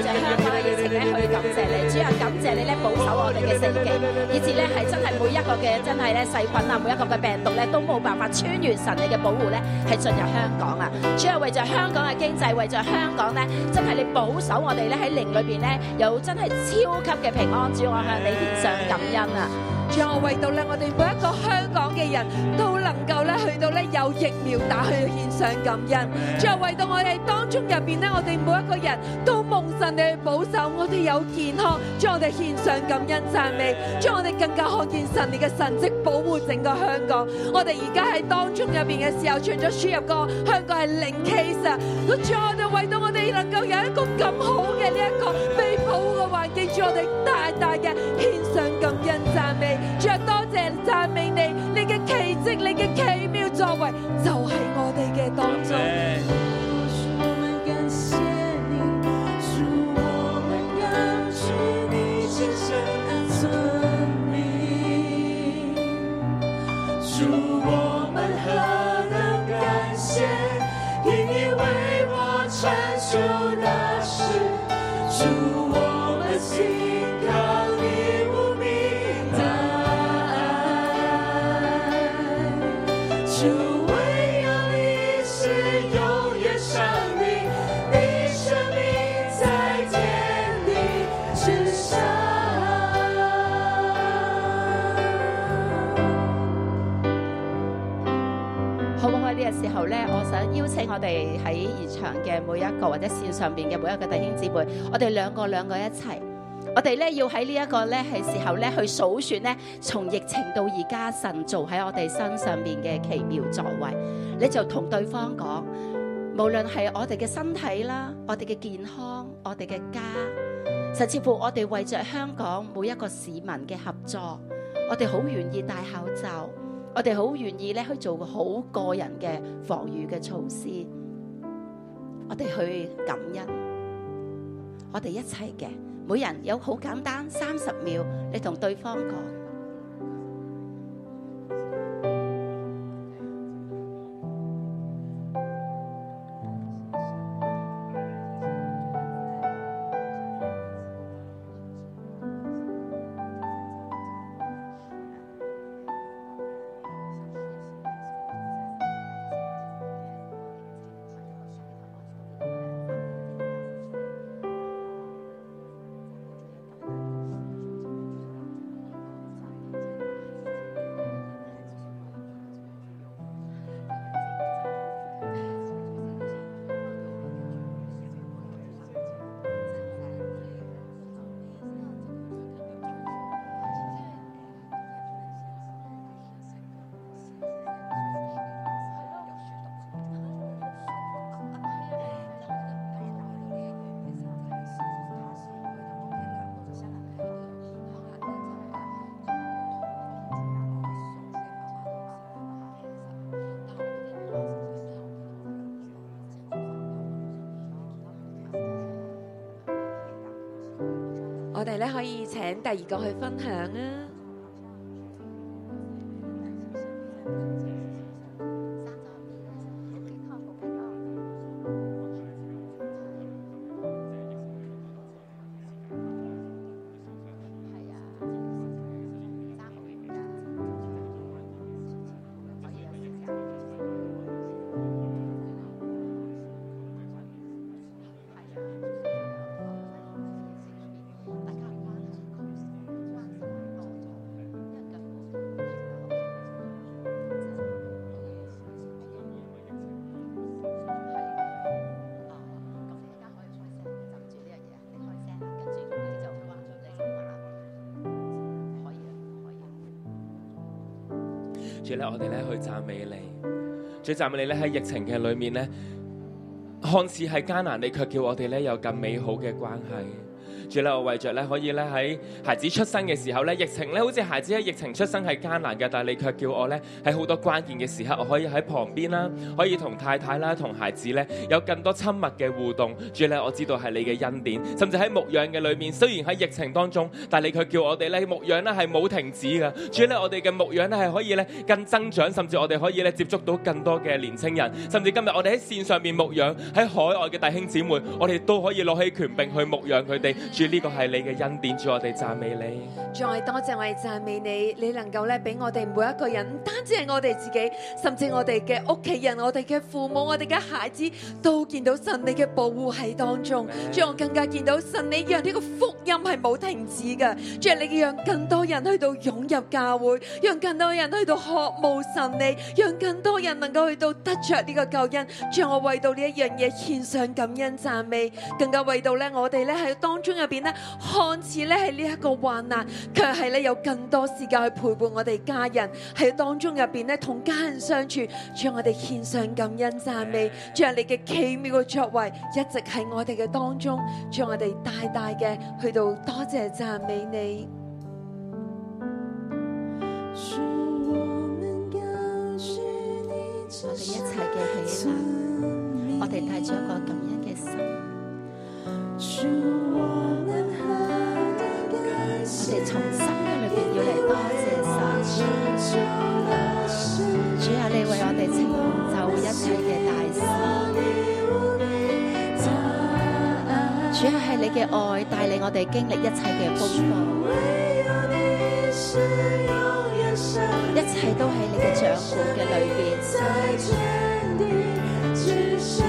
S8: 啊，呢度就向下疫情咧去感謝你，主啊，感謝你咧保守我哋嘅聖經，以至咧係真係每一個嘅真係咧細菌啊，每一個嘅病毒咧都冇辦法穿越神你嘅保護咧，係進入香港啊！主啊，為咗香港嘅經濟，為咗香港咧，真係你保守我哋咧喺靈裏邊咧有真係超級嘅平安，主我向你獻上感恩啊！
S6: 主啊，我為到咧我哋每一個香港嘅人都能夠咧去到咧有疫苗打去獻上感恩。主啊，為到我哋當中入邊咧，我哋每一個人都蒙神你去保守，我哋有健康，主啊我哋獻上感恩讚美，主啊我哋更加看見神你嘅神蹟保護整個香港。我哋而家喺當中入邊嘅時候，除咗輸入個香港係零 case 啊，主啊我哋為到我哋能夠有一個咁好嘅呢一個被保護嘅環境，主我哋大大嘅獻上感恩讚美，主啊多謝讚美你，你嘅奇蹟，你嘅奇妙作為就喺我哋嘅當中。
S8: 好唔好？喺呢個時候咧，我想邀請我哋喺現場嘅每一個或者線上邊嘅每一個弟兄姊妹，我哋兩個兩個一齊，我哋咧要喺呢一個咧係時候咧去數算咧，從疫情到而家神做喺我哋身上邊嘅奇妙作為，你就同對方講，無論係我哋嘅身體啦，我哋嘅健康，我哋嘅家，甚至乎我哋為着香港每一個市民嘅合作，我哋好願意戴口罩。我哋好願意咧去做好個人嘅防禦嘅措施，我哋去感恩，我哋一齊嘅，每人有好簡單三十秒，你同對方講，
S6: 我哋咧可以請第二個去分享啊。
S7: 主咧，我哋咧去讚美你，主讚美你咧喺疫情嘅裏面咧，
S9: 看似係艱難，你卻叫我哋咧有更美好嘅關係。主咧，我為着咧可以咧喺孩子出生嘅時候咧，疫情咧好似孩子喺疫情出生係艱難嘅，但係你卻叫我咧喺好多關鍵嘅時刻，我可以喺旁邊啦，可以同太太啦，同孩子咧有更多親密嘅互動。主咧，我知道係你嘅恩典，甚至喺牧養嘅裏面，雖然喺疫情當中，但係你卻叫我哋咧牧養咧係冇停止嘅。主咧，我哋嘅牧養咧係可以咧更增長，甚至我哋可以咧接觸到更多嘅年青人，甚至今日我哋喺線上面牧養喺海外嘅弟兄姊妹，我哋都可以攞起權柄去牧養佢哋。主呢個係你嘅恩典，主我哋讚美你。
S5: 主，我哋多謝我哋讚美你，你能夠咧俾我哋每一個人，唔單止係我哋自己，甚至我哋嘅屋企人、我哋嘅父母、我哋嘅孩子，都見到神你嘅保護喺當中。主，我更加見到神你讓呢個福音係冇停止嘅。主，你讓更多人去到湧入教會，讓更多人去到渴慕神你，讓更多人能夠去到得着呢個救恩。主，我為到呢一樣嘢獻上感恩讚美，更加為到咧我哋咧喺當中入邊咧，看似咧係呢一個患難。卻係咧有更多時間去陪伴我哋家人，喺當中入邊咧同家人相處，將我哋獻上感恩讚美，將你嘅奇妙嘅作為一直喺我哋嘅當中，將我哋大大嘅去到多謝讚美你。
S10: 是我们感谢你
S8: 我
S10: 这
S8: 哋一
S10: 生
S8: 切嘅喜
S10: 生
S8: 樂，
S10: 命
S8: 我哋帶住一個感恩嘅心，
S10: 是我们何等感
S8: 我
S10: 谢
S8: 哋從心嘅裏邊要嚟多謝神。
S10: 拯救了世
S8: 主
S10: 界
S8: 啊，你為我哋成就一切嘅大事。主啊，係你嘅愛帶領我哋經歷一切嘅風暴，
S10: 唯有你是永远生
S8: 一切都喺你嘅掌管嘅裏邊。
S10: 在天地之上。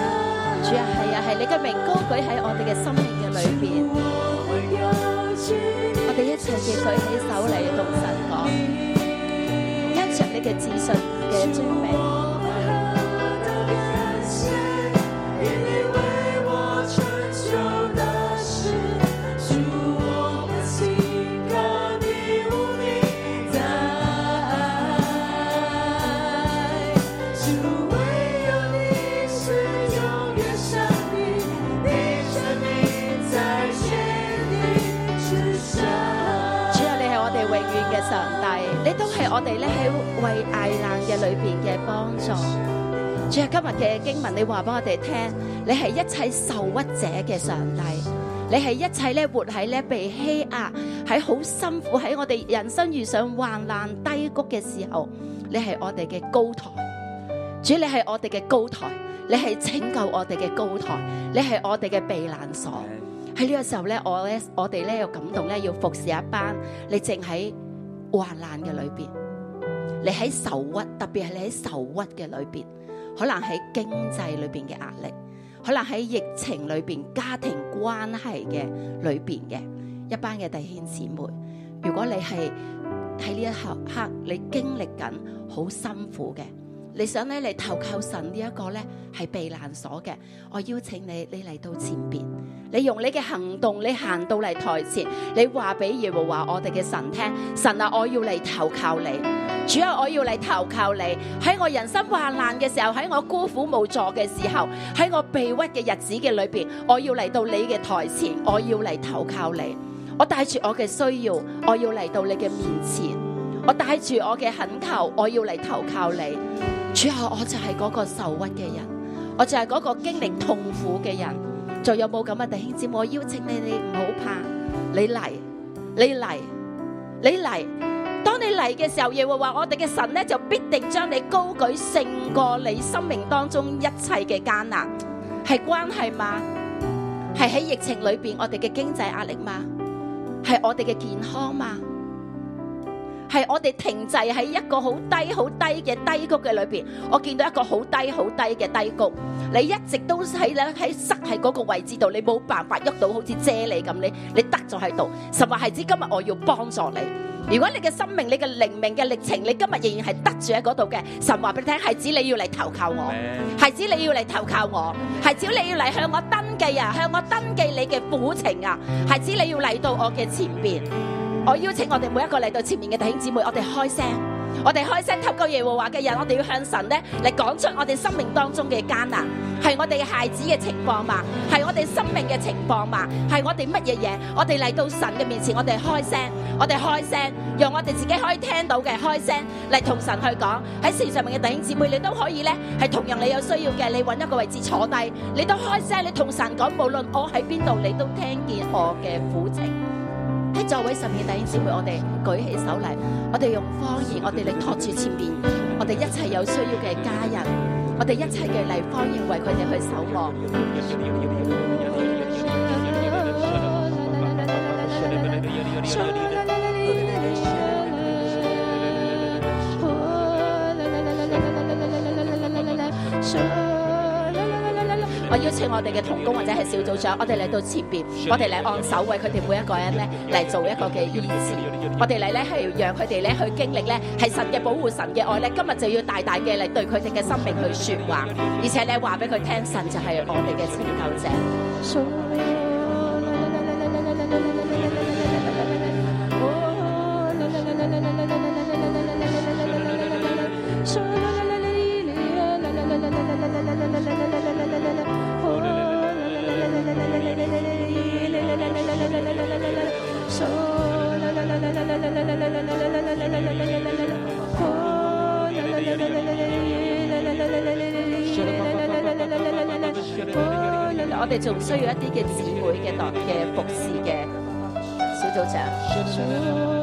S8: 主啊，係啊，係你嘅名高舉喺我哋嘅生命嘅裏邊，
S10: 我们要去
S8: 我哋一齊嘅舉起手嚟同神講，因着你嘅自信嘅尊美，
S10: 我们何等感谢，因你为我成就的事，主我们信靠你无名的爱，主唯有你是永远生命，你生命在天地之上。
S8: 主啊，你係我哋永遠嘅上帝，你都係我哋咧喺為危難嘅裏邊嘅幫助。主啊，今日嘅經文你話俾我哋聽，你係一切受屈者嘅上帝，你係一切咧活喺咧被欺壓，喺好辛苦，喺我哋人生遇上患難低谷嘅時候，你係我哋嘅高台。主，你係我哋嘅高台，你係拯救我哋嘅高台，你係我哋嘅避難所。喺呢個時候咧，我咧我哋咧有感動咧，要服侍一班你正喺患難嘅裏邊，你喺受屈，特別係你喺受屈嘅裏邊，可能喺經濟裏邊嘅壓力，可能喺疫情裏邊、家庭關係嘅裏邊嘅一班嘅弟兄姊妹，如果你係喺呢一刻刻你經歷緊好辛苦嘅。你想咧嚟投靠神呢一個咧係避難所嘅，我邀請你，你嚟到前邊。你用你嘅行動，你行到嚟台前，你話俾耶和華我哋嘅神聽，神啊，我要嚟投靠你，主啊，我要嚟投靠你。喺我人生患難嘅時候，喺我孤苦無助嘅時候，喺我被屈嘅日子嘅裏邊，我要嚟到你嘅台前，我要嚟投靠你。我帶住我嘅需要，我要嚟到你嘅面前，我帶住我嘅懇求，我要嚟投靠你。主啊，我就係嗰個受屈嘅人，我就係嗰個經歷痛苦嘅人。仲有冇咁嘅弟兄姊妹？我邀請你，你唔好怕，你嚟，你嚟，你嚟。當你嚟嘅時候，耶和華我哋嘅神咧就必定將你高舉勝過你生命當中一切嘅艱難，係關係嘛？係喺疫情裏邊我哋嘅經濟壓力嘛？係我哋嘅健康嘛？係我哋停滯喺一個好低、好低嘅低谷嘅裏邊，我見到一個好低、好低嘅低谷。你一直都喺咧喺塞喺嗰個位置度，你冇辦法喐到，好似啫喱咁，你你得咗喺度。神話係指今日我要幫助你。如果你嘅生命、你嘅靈命嘅歷程，你今日仍然係得住喺嗰度嘅，神話俾你聽係指你要嚟投靠我，係指你要嚟投靠我，係指你要嚟向我登記啊，向我登記你嘅苦情啊，係指你要嚟到我嘅前邊。我邀請我哋每一個嚟到前面嘅弟兄姊妹，我哋開聲，我哋開聲透過耶和華嘅人，我哋要向神咧嚟講出我哋生命當中嘅艱難，係我哋孩子嘅情況嘛，係我哋生命嘅情況嘛，係我哋乜嘢嘢？我哋嚟到神嘅面前，我哋開聲，我哋開聲，讓我哋自己可以聽到嘅開聲嚟同神去講。喺線上面嘅弟兄姊妹，你都可以咧係同樣你有需要嘅，你揾一個位置坐低，你都開聲，你同神講，無論我喺邊度，你都聽見我嘅苦情。喺座位上面嘅弟兄姊妹，我哋舉起手嚟，我哋用方言，我哋嚟托住前面，我哋一切有需要嘅家人，我哋一切嘅嚟方言為佢哋去守望。我邀請我哋嘅童工或者係小組長，我哋嚟到前邊，我哋嚟按手為佢哋每一個人咧嚟做一個嘅醫治。我哋嚟咧係讓佢哋咧去經歷咧係神嘅保護、神嘅愛咧，今日就要大大嘅嚟對佢哋嘅生命去説話，而且咧話俾佢聽，神就係我哋嘅拯救者。我哋仲需要一啲嘅姊妹嘅代嘅服侍嘅小組長。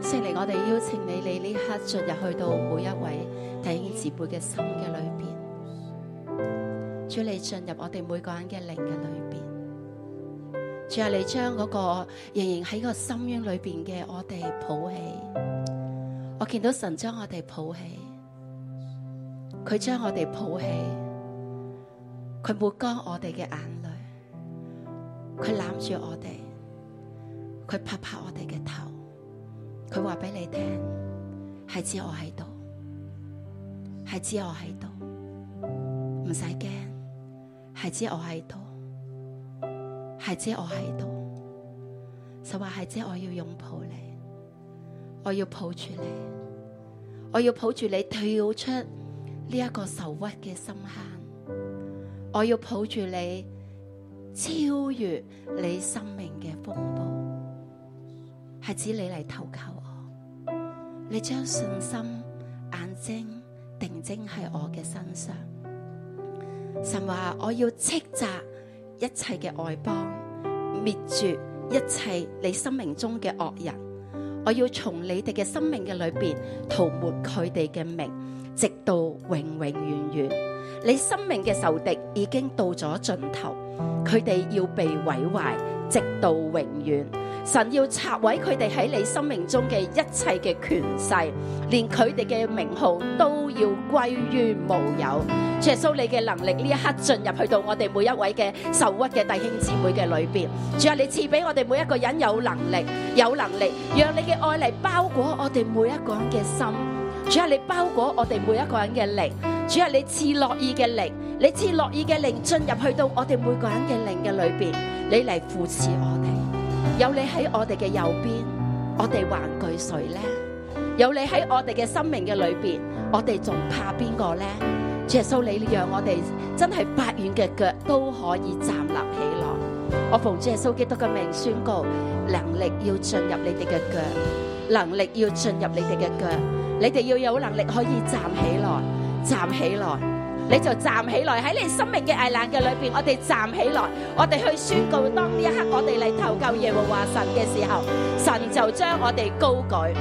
S8: 圣灵，我哋邀请你，你呢刻进入去到每一位弟兄姊妹嘅心嘅里边，主你进入我哋每个人嘅灵嘅里边，主啊，你将嗰个仍然喺个深渊里边嘅我哋抱起，我见到神将我哋抱起，佢将我哋抱起，佢抹干我哋嘅眼泪，佢揽住我哋，佢拍拍我哋嘅头。佢话俾你听，系知我喺度，系知我喺度，唔使惊，系知我喺度，系知我喺度，就话系知我要拥抱你，我要抱住你，我要抱住你跳出呢一个受屈嘅深坑，我要抱住你超越你生命嘅风暴。係指你嚟投靠我，你將信心眼睛定睛喺我嘅身上。神話我要斥責一切嘅外邦，滅絕一切你生命中嘅惡人。我要從你哋嘅生命嘅裏边塗抹佢哋嘅名，直到永永遠遠。你生命嘅仇敵已經到咗盡頭，佢哋要被毀壞，直到永遠。神要拆毀佢哋喺你生命中嘅一切嘅權勢，連佢哋嘅名號都要歸於無有。主耶啊穌，你嘅能力呢一刻進入去到我哋每一位嘅受屈嘅弟兄姊妹嘅裏邊。主啊，你賜俾我哋每一個人有能力，有能力，讓你嘅愛嚟包裹我哋每一個人嘅心。主啊，你包裹我哋每一個人嘅靈。主啊，你賜樂意嘅靈，你賜樂意嘅靈進入去到我哋每個人嘅靈嘅裏邊，你嚟扶持我哋。有你喺我哋嘅右邊，我哋還懼誰呢？有你喺我哋嘅生命嘅裏边，我哋仲怕邊個呢？耶穌，你讓我哋真係八遠嘅腳都可以站立起來。我奉主耶穌基督嘅名宣告，能力要進入你哋嘅腳，能力要進入你哋嘅腳，你哋要有能力可以站起來，站起來。你就站起來喺你生命嘅危難嘅裏邊，我哋站起來，我哋去宣告。當呢一刻我哋嚟投靠耶和華神嘅時候，神就將我哋高舉，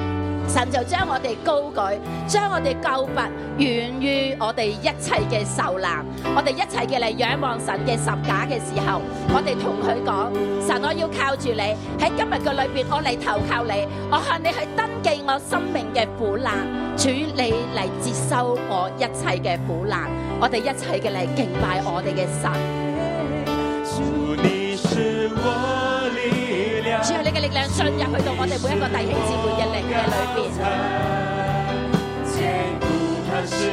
S8: 神就將我哋高舉，將我哋救拔遠於我哋一切嘅受難。我哋一齊嘅嚟仰望神嘅十架嘅時候，我哋同佢講：神，我要靠住你喺今日嘅裏邊，我嚟投靠你，我向你去登記我生命嘅苦難，主你嚟接收我一切嘅苦難。我哋一齊嘅嚟敬拜我哋嘅神，
S4: 主你是我力量，
S8: 主啊，你嘅力量進入去到我哋每一個弟兄姊妹嘅靈嘅裏邊。
S4: 坚固磐石，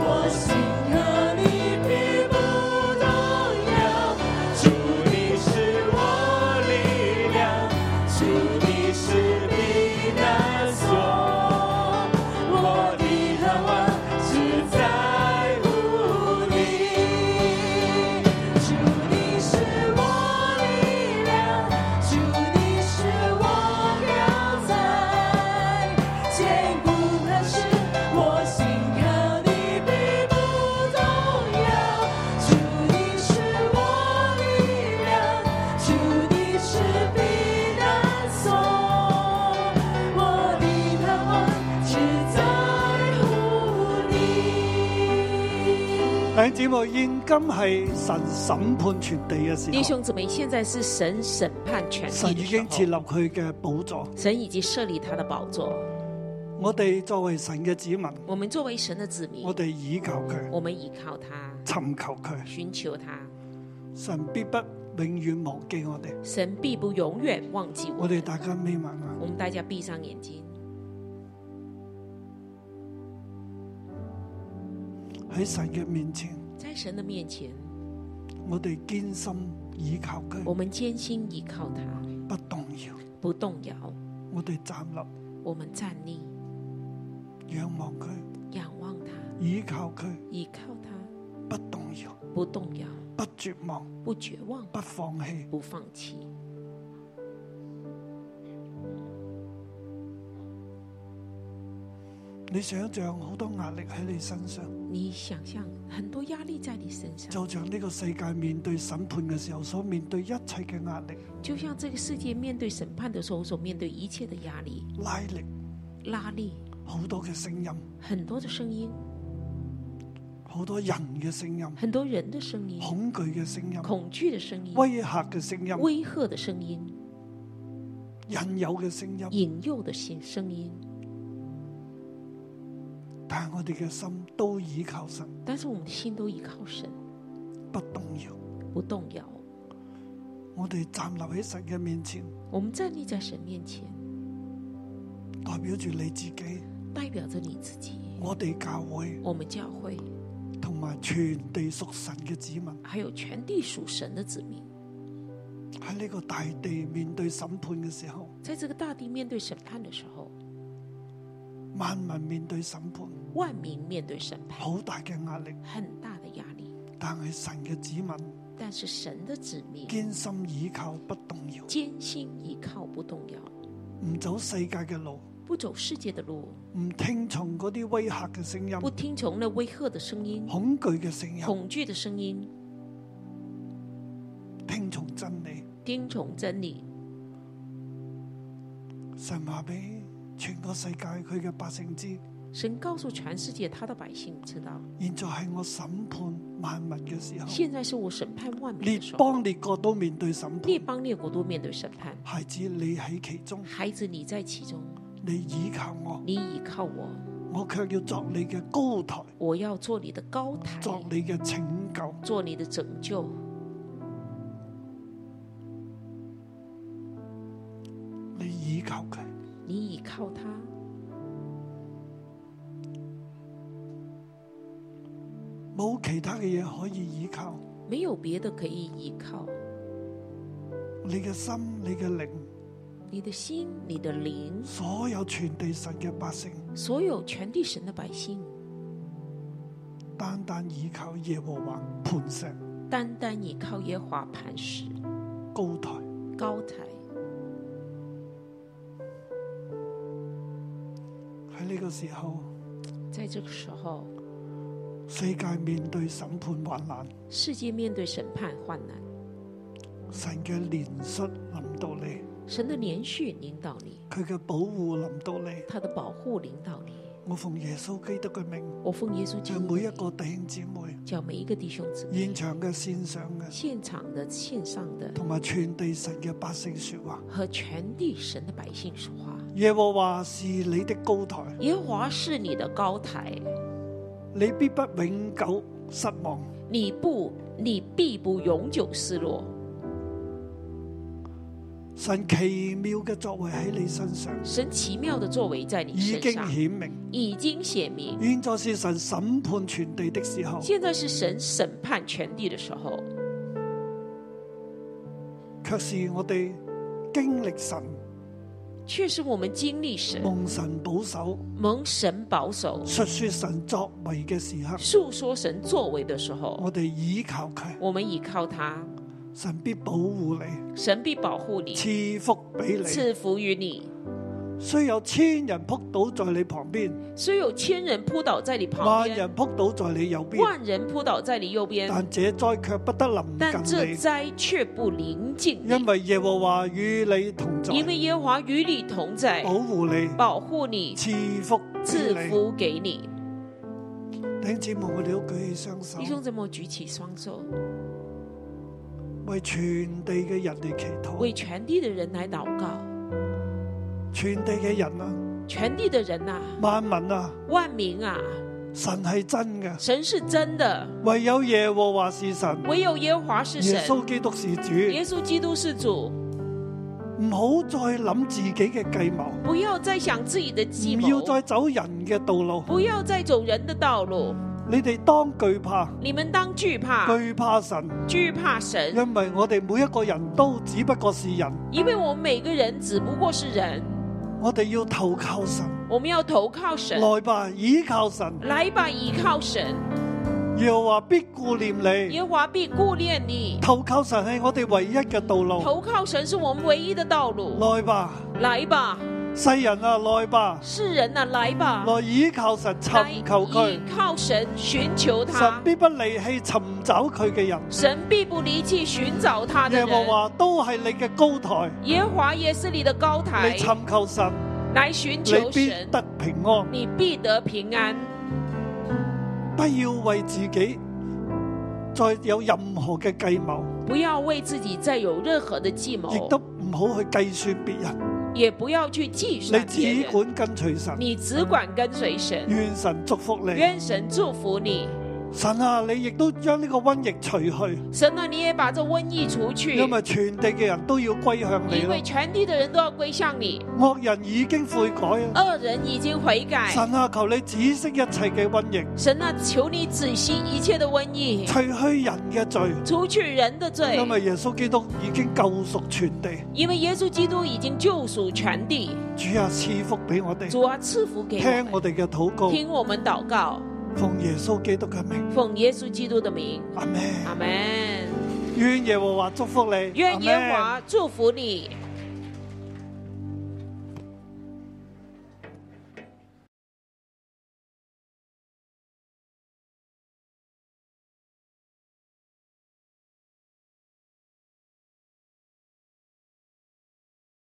S4: 我心和你必不动摇。主你是我力量，主你是避难所，我的盼望只在乎你。主你是我力量，主你是我标杆，坚固磐石，我心靠你必不动摇。主你是我力量，主你是避难所，我的盼望只在乎你。
S2: 弟兄姊妹，現今係神審判全地嘅時
S3: 弟
S2: 候，
S3: 兄姊妹，现在是神审判全地
S2: 神
S3: 的
S2: 已
S3: 时
S2: 經設立
S3: 候，
S2: 佢嘅寶座。
S3: 神已经设立他的宝座。
S2: 我哋作為神嘅子民，
S3: 我们作为神的子民
S2: 我，哋倚靠佢，
S3: 我们依靠他，
S2: 尋求佢，
S3: 寻求他，
S2: 神必不永遠忘記我哋。
S3: 神必不永远忘记我
S2: 我哋
S3: 们。
S2: 大家眯埋眼，
S3: 我们大家闭上眼睛，
S2: 喺神嘅面前，
S3: 在神的面前，
S2: 我哋堅心倚靠
S3: 我
S2: 佢，
S3: 们艰辛依靠他，
S2: 不動搖。
S3: 不动摇。
S2: 我哋站立
S3: 我们站立，
S2: 仰望佢，
S3: 仰望他，
S2: 倚靠佢，
S3: 依靠他，
S2: 不動搖，
S3: 不动摇，
S2: 不絕望，
S3: 不绝望，
S2: 不放棄。
S3: 不放弃。
S2: 你想象好多壓力喺你身上，
S3: 你想象很多压力在你身上，
S2: 就像呢個世界面對審判嘅時候所面對一切嘅壓力、
S3: 就像这个世界面对审判的时候所面对一切的压力、
S2: 拉力，
S3: 拉力，
S2: 好多嘅聲音，
S3: 很多的声音，
S2: 好多人嘅聲音、
S3: 很多人的声音，
S2: 恐懼嘅聲音、
S3: 恐惧的声音，
S2: 威嚇嘅聲音、
S3: 威吓的声音，
S2: 引誘嘅聲音，
S3: 引诱的声声音。
S2: 但係我哋嘅心都倚靠神，
S3: 但是我们的心都依靠神，
S2: 不動搖。
S3: 不动摇。
S2: 我哋站立喺神嘅面前，
S3: 我们站立在神面前，
S2: 代表住你自己、
S3: 代表着你自己，
S2: 我哋教會
S3: 我们教会，
S2: 同埋全地屬神嘅子民
S3: 还有全地属神的子民，
S2: 喺呢個大地面對審判嘅時候，
S3: 在这个大地面对审判的时候，
S2: 萬民面對審判，
S3: 万民面对审判，
S2: 好大嘅壓力。
S3: 很大的压力。
S2: 但係神嘅子民
S3: 但是神的子民
S2: 堅心倚靠，不動搖，
S3: 艰辛依靠，不动摇，
S2: 唔走世界嘅路，
S3: 不走世界的路，
S2: 唔聽從嗰啲威嚇嘅聲音、
S3: 不听从那威吓的声音、
S2: 恐懼嘅聲音，
S3: 恐惧的声音，
S2: 聽從真理。
S3: 听从真理。
S2: 神話俾全個世界佢嘅百姓知，
S3: 神告诉全世界他的百姓知道，
S2: 現在係我審判萬民嘅時候，
S3: 现在是我审判万民
S2: 列
S3: 的时候，
S2: 邦列國都面對審
S3: 列
S2: 判。
S3: 邦列国都面对审判。
S2: 孩子，你喺其中，
S3: 孩子，你在其中，
S2: 你倚靠我，
S3: 你倚靠我，
S2: 我卻要作你嘅高台，
S3: 我要做你的高台，
S2: 作你嘅拯救。
S3: 做你的拯救。
S2: 你倚靠佢，
S3: 你倚靠他，
S2: 冇其他嘅嘢可以倚靠。
S3: 没有别的可以依靠。
S2: 你嘅心、你嘅靈
S3: 你的心、你的灵，
S11: 所有全地神嘅百姓，
S3: 所有全地神的百姓，
S11: 單單倚靠耶和華磐石
S3: 单单倚靠耶和华磐石
S11: 高台，
S3: 高台，
S11: 喺呢個時候，
S3: 在这个时候，
S11: 世界面對審判患難，
S3: 世界面对审判患难，
S11: 神嘅憐恤臨到你，
S3: 神的连续领导你，
S11: 佢嘅保護臨到你。
S3: 他的保护领导你。
S11: 我奉耶穌基督嘅名，
S3: 我奉耶稣基
S11: 向
S3: 督的
S11: 每一
S3: 名，
S11: 個弟兄姊妹、
S3: 叫每一个弟兄姊妹，
S11: 現場嘅線上嘅，
S3: 现场的、线上的
S11: 同埋全地神嘅百姓說話。
S3: 和全地神的百姓说话。
S11: 耶和華是你的高台，
S3: 耶和华是你的高台，
S11: 你必不永久失望。
S3: 你不，你必不永久失落。
S11: 神奇妙嘅作為喺你身上
S3: 神奇妙的作为在你
S11: 已
S3: 身
S11: 經
S3: 上
S11: 顯明。
S3: 已经显明。
S11: 現在是神審判全地的時候，
S3: 现在是神审判全地的时候，
S11: 卻是我哋經歷神、
S3: 却是我们经历神
S11: 蒙神保守、
S3: 蒙神保守、
S11: 述說神作為嘅時刻。
S3: 诉说神作为的时候，
S11: 我哋倚靠佢，
S3: 我们倚靠他，
S11: 神必保護你，
S3: 神必保护你，
S11: 賜福俾你。
S3: 赐福于你。
S11: 雖有千人撲倒在你旁邊，
S3: 虽有千人扑倒在你旁
S11: 萬
S3: 边，
S11: 人撲倒在你右邊，
S3: 万人扑倒在你右边，
S11: 但這災卻不得臨
S3: 但
S11: 近
S3: 这
S11: 你，
S3: 灾却不临近
S11: 因
S3: 你，
S11: 為耶和華與你同在，
S3: 因为耶和华与你同在
S11: 保，護你，
S3: 保护你，
S11: 賜福
S3: 赐
S11: 俾你。
S3: 福给你。
S11: 弟兄姊妹，我哋都舉起雙手
S3: 弟，兄姊妹，举起双手，
S11: 為全地嘅人嚟祈禱。
S3: 为全地的人来祷告。
S11: 全地嘅人啊，
S3: 全地的人呐、
S11: 萬民啊，
S3: 万民啊，
S11: 神係真嘅，
S3: 神是真的，
S11: 唯有耶和華是神，
S3: 唯有耶和华是
S11: 耶
S3: 神，
S11: 穌基督是
S3: 耶
S11: 主。
S3: 稣基督是主。
S11: 唔好再諗自己嘅計謀，
S3: 不要再想自己的计
S11: 唔要
S3: 谋，
S11: 再走人嘅道路。
S3: 不要再走人的道路。
S11: 你哋當懼怕，
S3: 你们当惧怕，
S11: 懼怕神，
S3: 惧怕神，
S11: 因為我哋每一個人都只不過是人，
S3: 因为我们每个人只不过是人，
S11: 我哋要投靠神。
S3: 我们要投靠神。
S11: 來吧，倚靠神，
S3: 来吧，依靠神，
S11: 耶和華必顧念你。
S3: 耶和华必顾念你。
S11: 投靠神係我哋唯一嘅道路。
S3: 投靠神是我们唯一的道路。
S11: 來吧，
S3: 来吧，
S11: 世人啊，來吧，
S3: 世人呐、来吧，
S11: 來倚靠神，
S3: 来
S11: 尋求佢
S3: 依。靠神，寻求他
S11: 神。必不離棄尋找佢嘅人。
S3: 神必不离弃寻找他的
S11: 耶和
S3: 人。
S11: 華都係你嘅高台，
S3: 耶和华也是你的高台
S11: 你，尋求神，
S3: 来寻
S11: 你
S3: 求
S11: 必
S3: 神，
S11: 得平安。
S3: 你必得平安。
S11: 不要為自己再有任何嘅計謀，
S3: 不要为自己再有任何的计谋，
S11: 亦都唔好去計算別人。
S3: 也不要去计
S11: 你
S3: 算别
S11: 只
S3: 人，
S11: 管跟隨神，
S3: 你只管跟随神。
S11: 願神祝福你。
S3: 愿神祝福你，
S11: 神啊，你亦都將呢個瘟疫除去，
S3: 神啊，你也把这瘟疫除去，
S11: 因為全地嘅人都要歸向你
S3: 因
S11: 啦
S3: 为。全地的人都要归向你。
S11: 惡人已經悔改啊！
S3: 恶人已经悔改，
S11: 神啊，求你止息一切嘅瘟疫，
S3: 神啊，求你止息一切的瘟疫，
S11: 除去人嘅罪。
S3: 除去人的罪，
S11: 因为耶稣基督已经救赎全地，
S3: 因为耶稣基督已经救赎全地。
S11: 主啊赐福俾我哋，
S3: 主啊，赐福给我
S11: 听
S3: 们，
S11: 我哋嘅祷告，
S3: 听我们祷告，
S11: 奉耶稣基督嘅名，
S3: 奉耶稣基督的名，
S11: 阿门。
S3: 阿门。
S11: 愿耶和华祝福你，
S3: 愿耶
S11: 阿
S3: 和
S11: 们
S3: 华祝福你。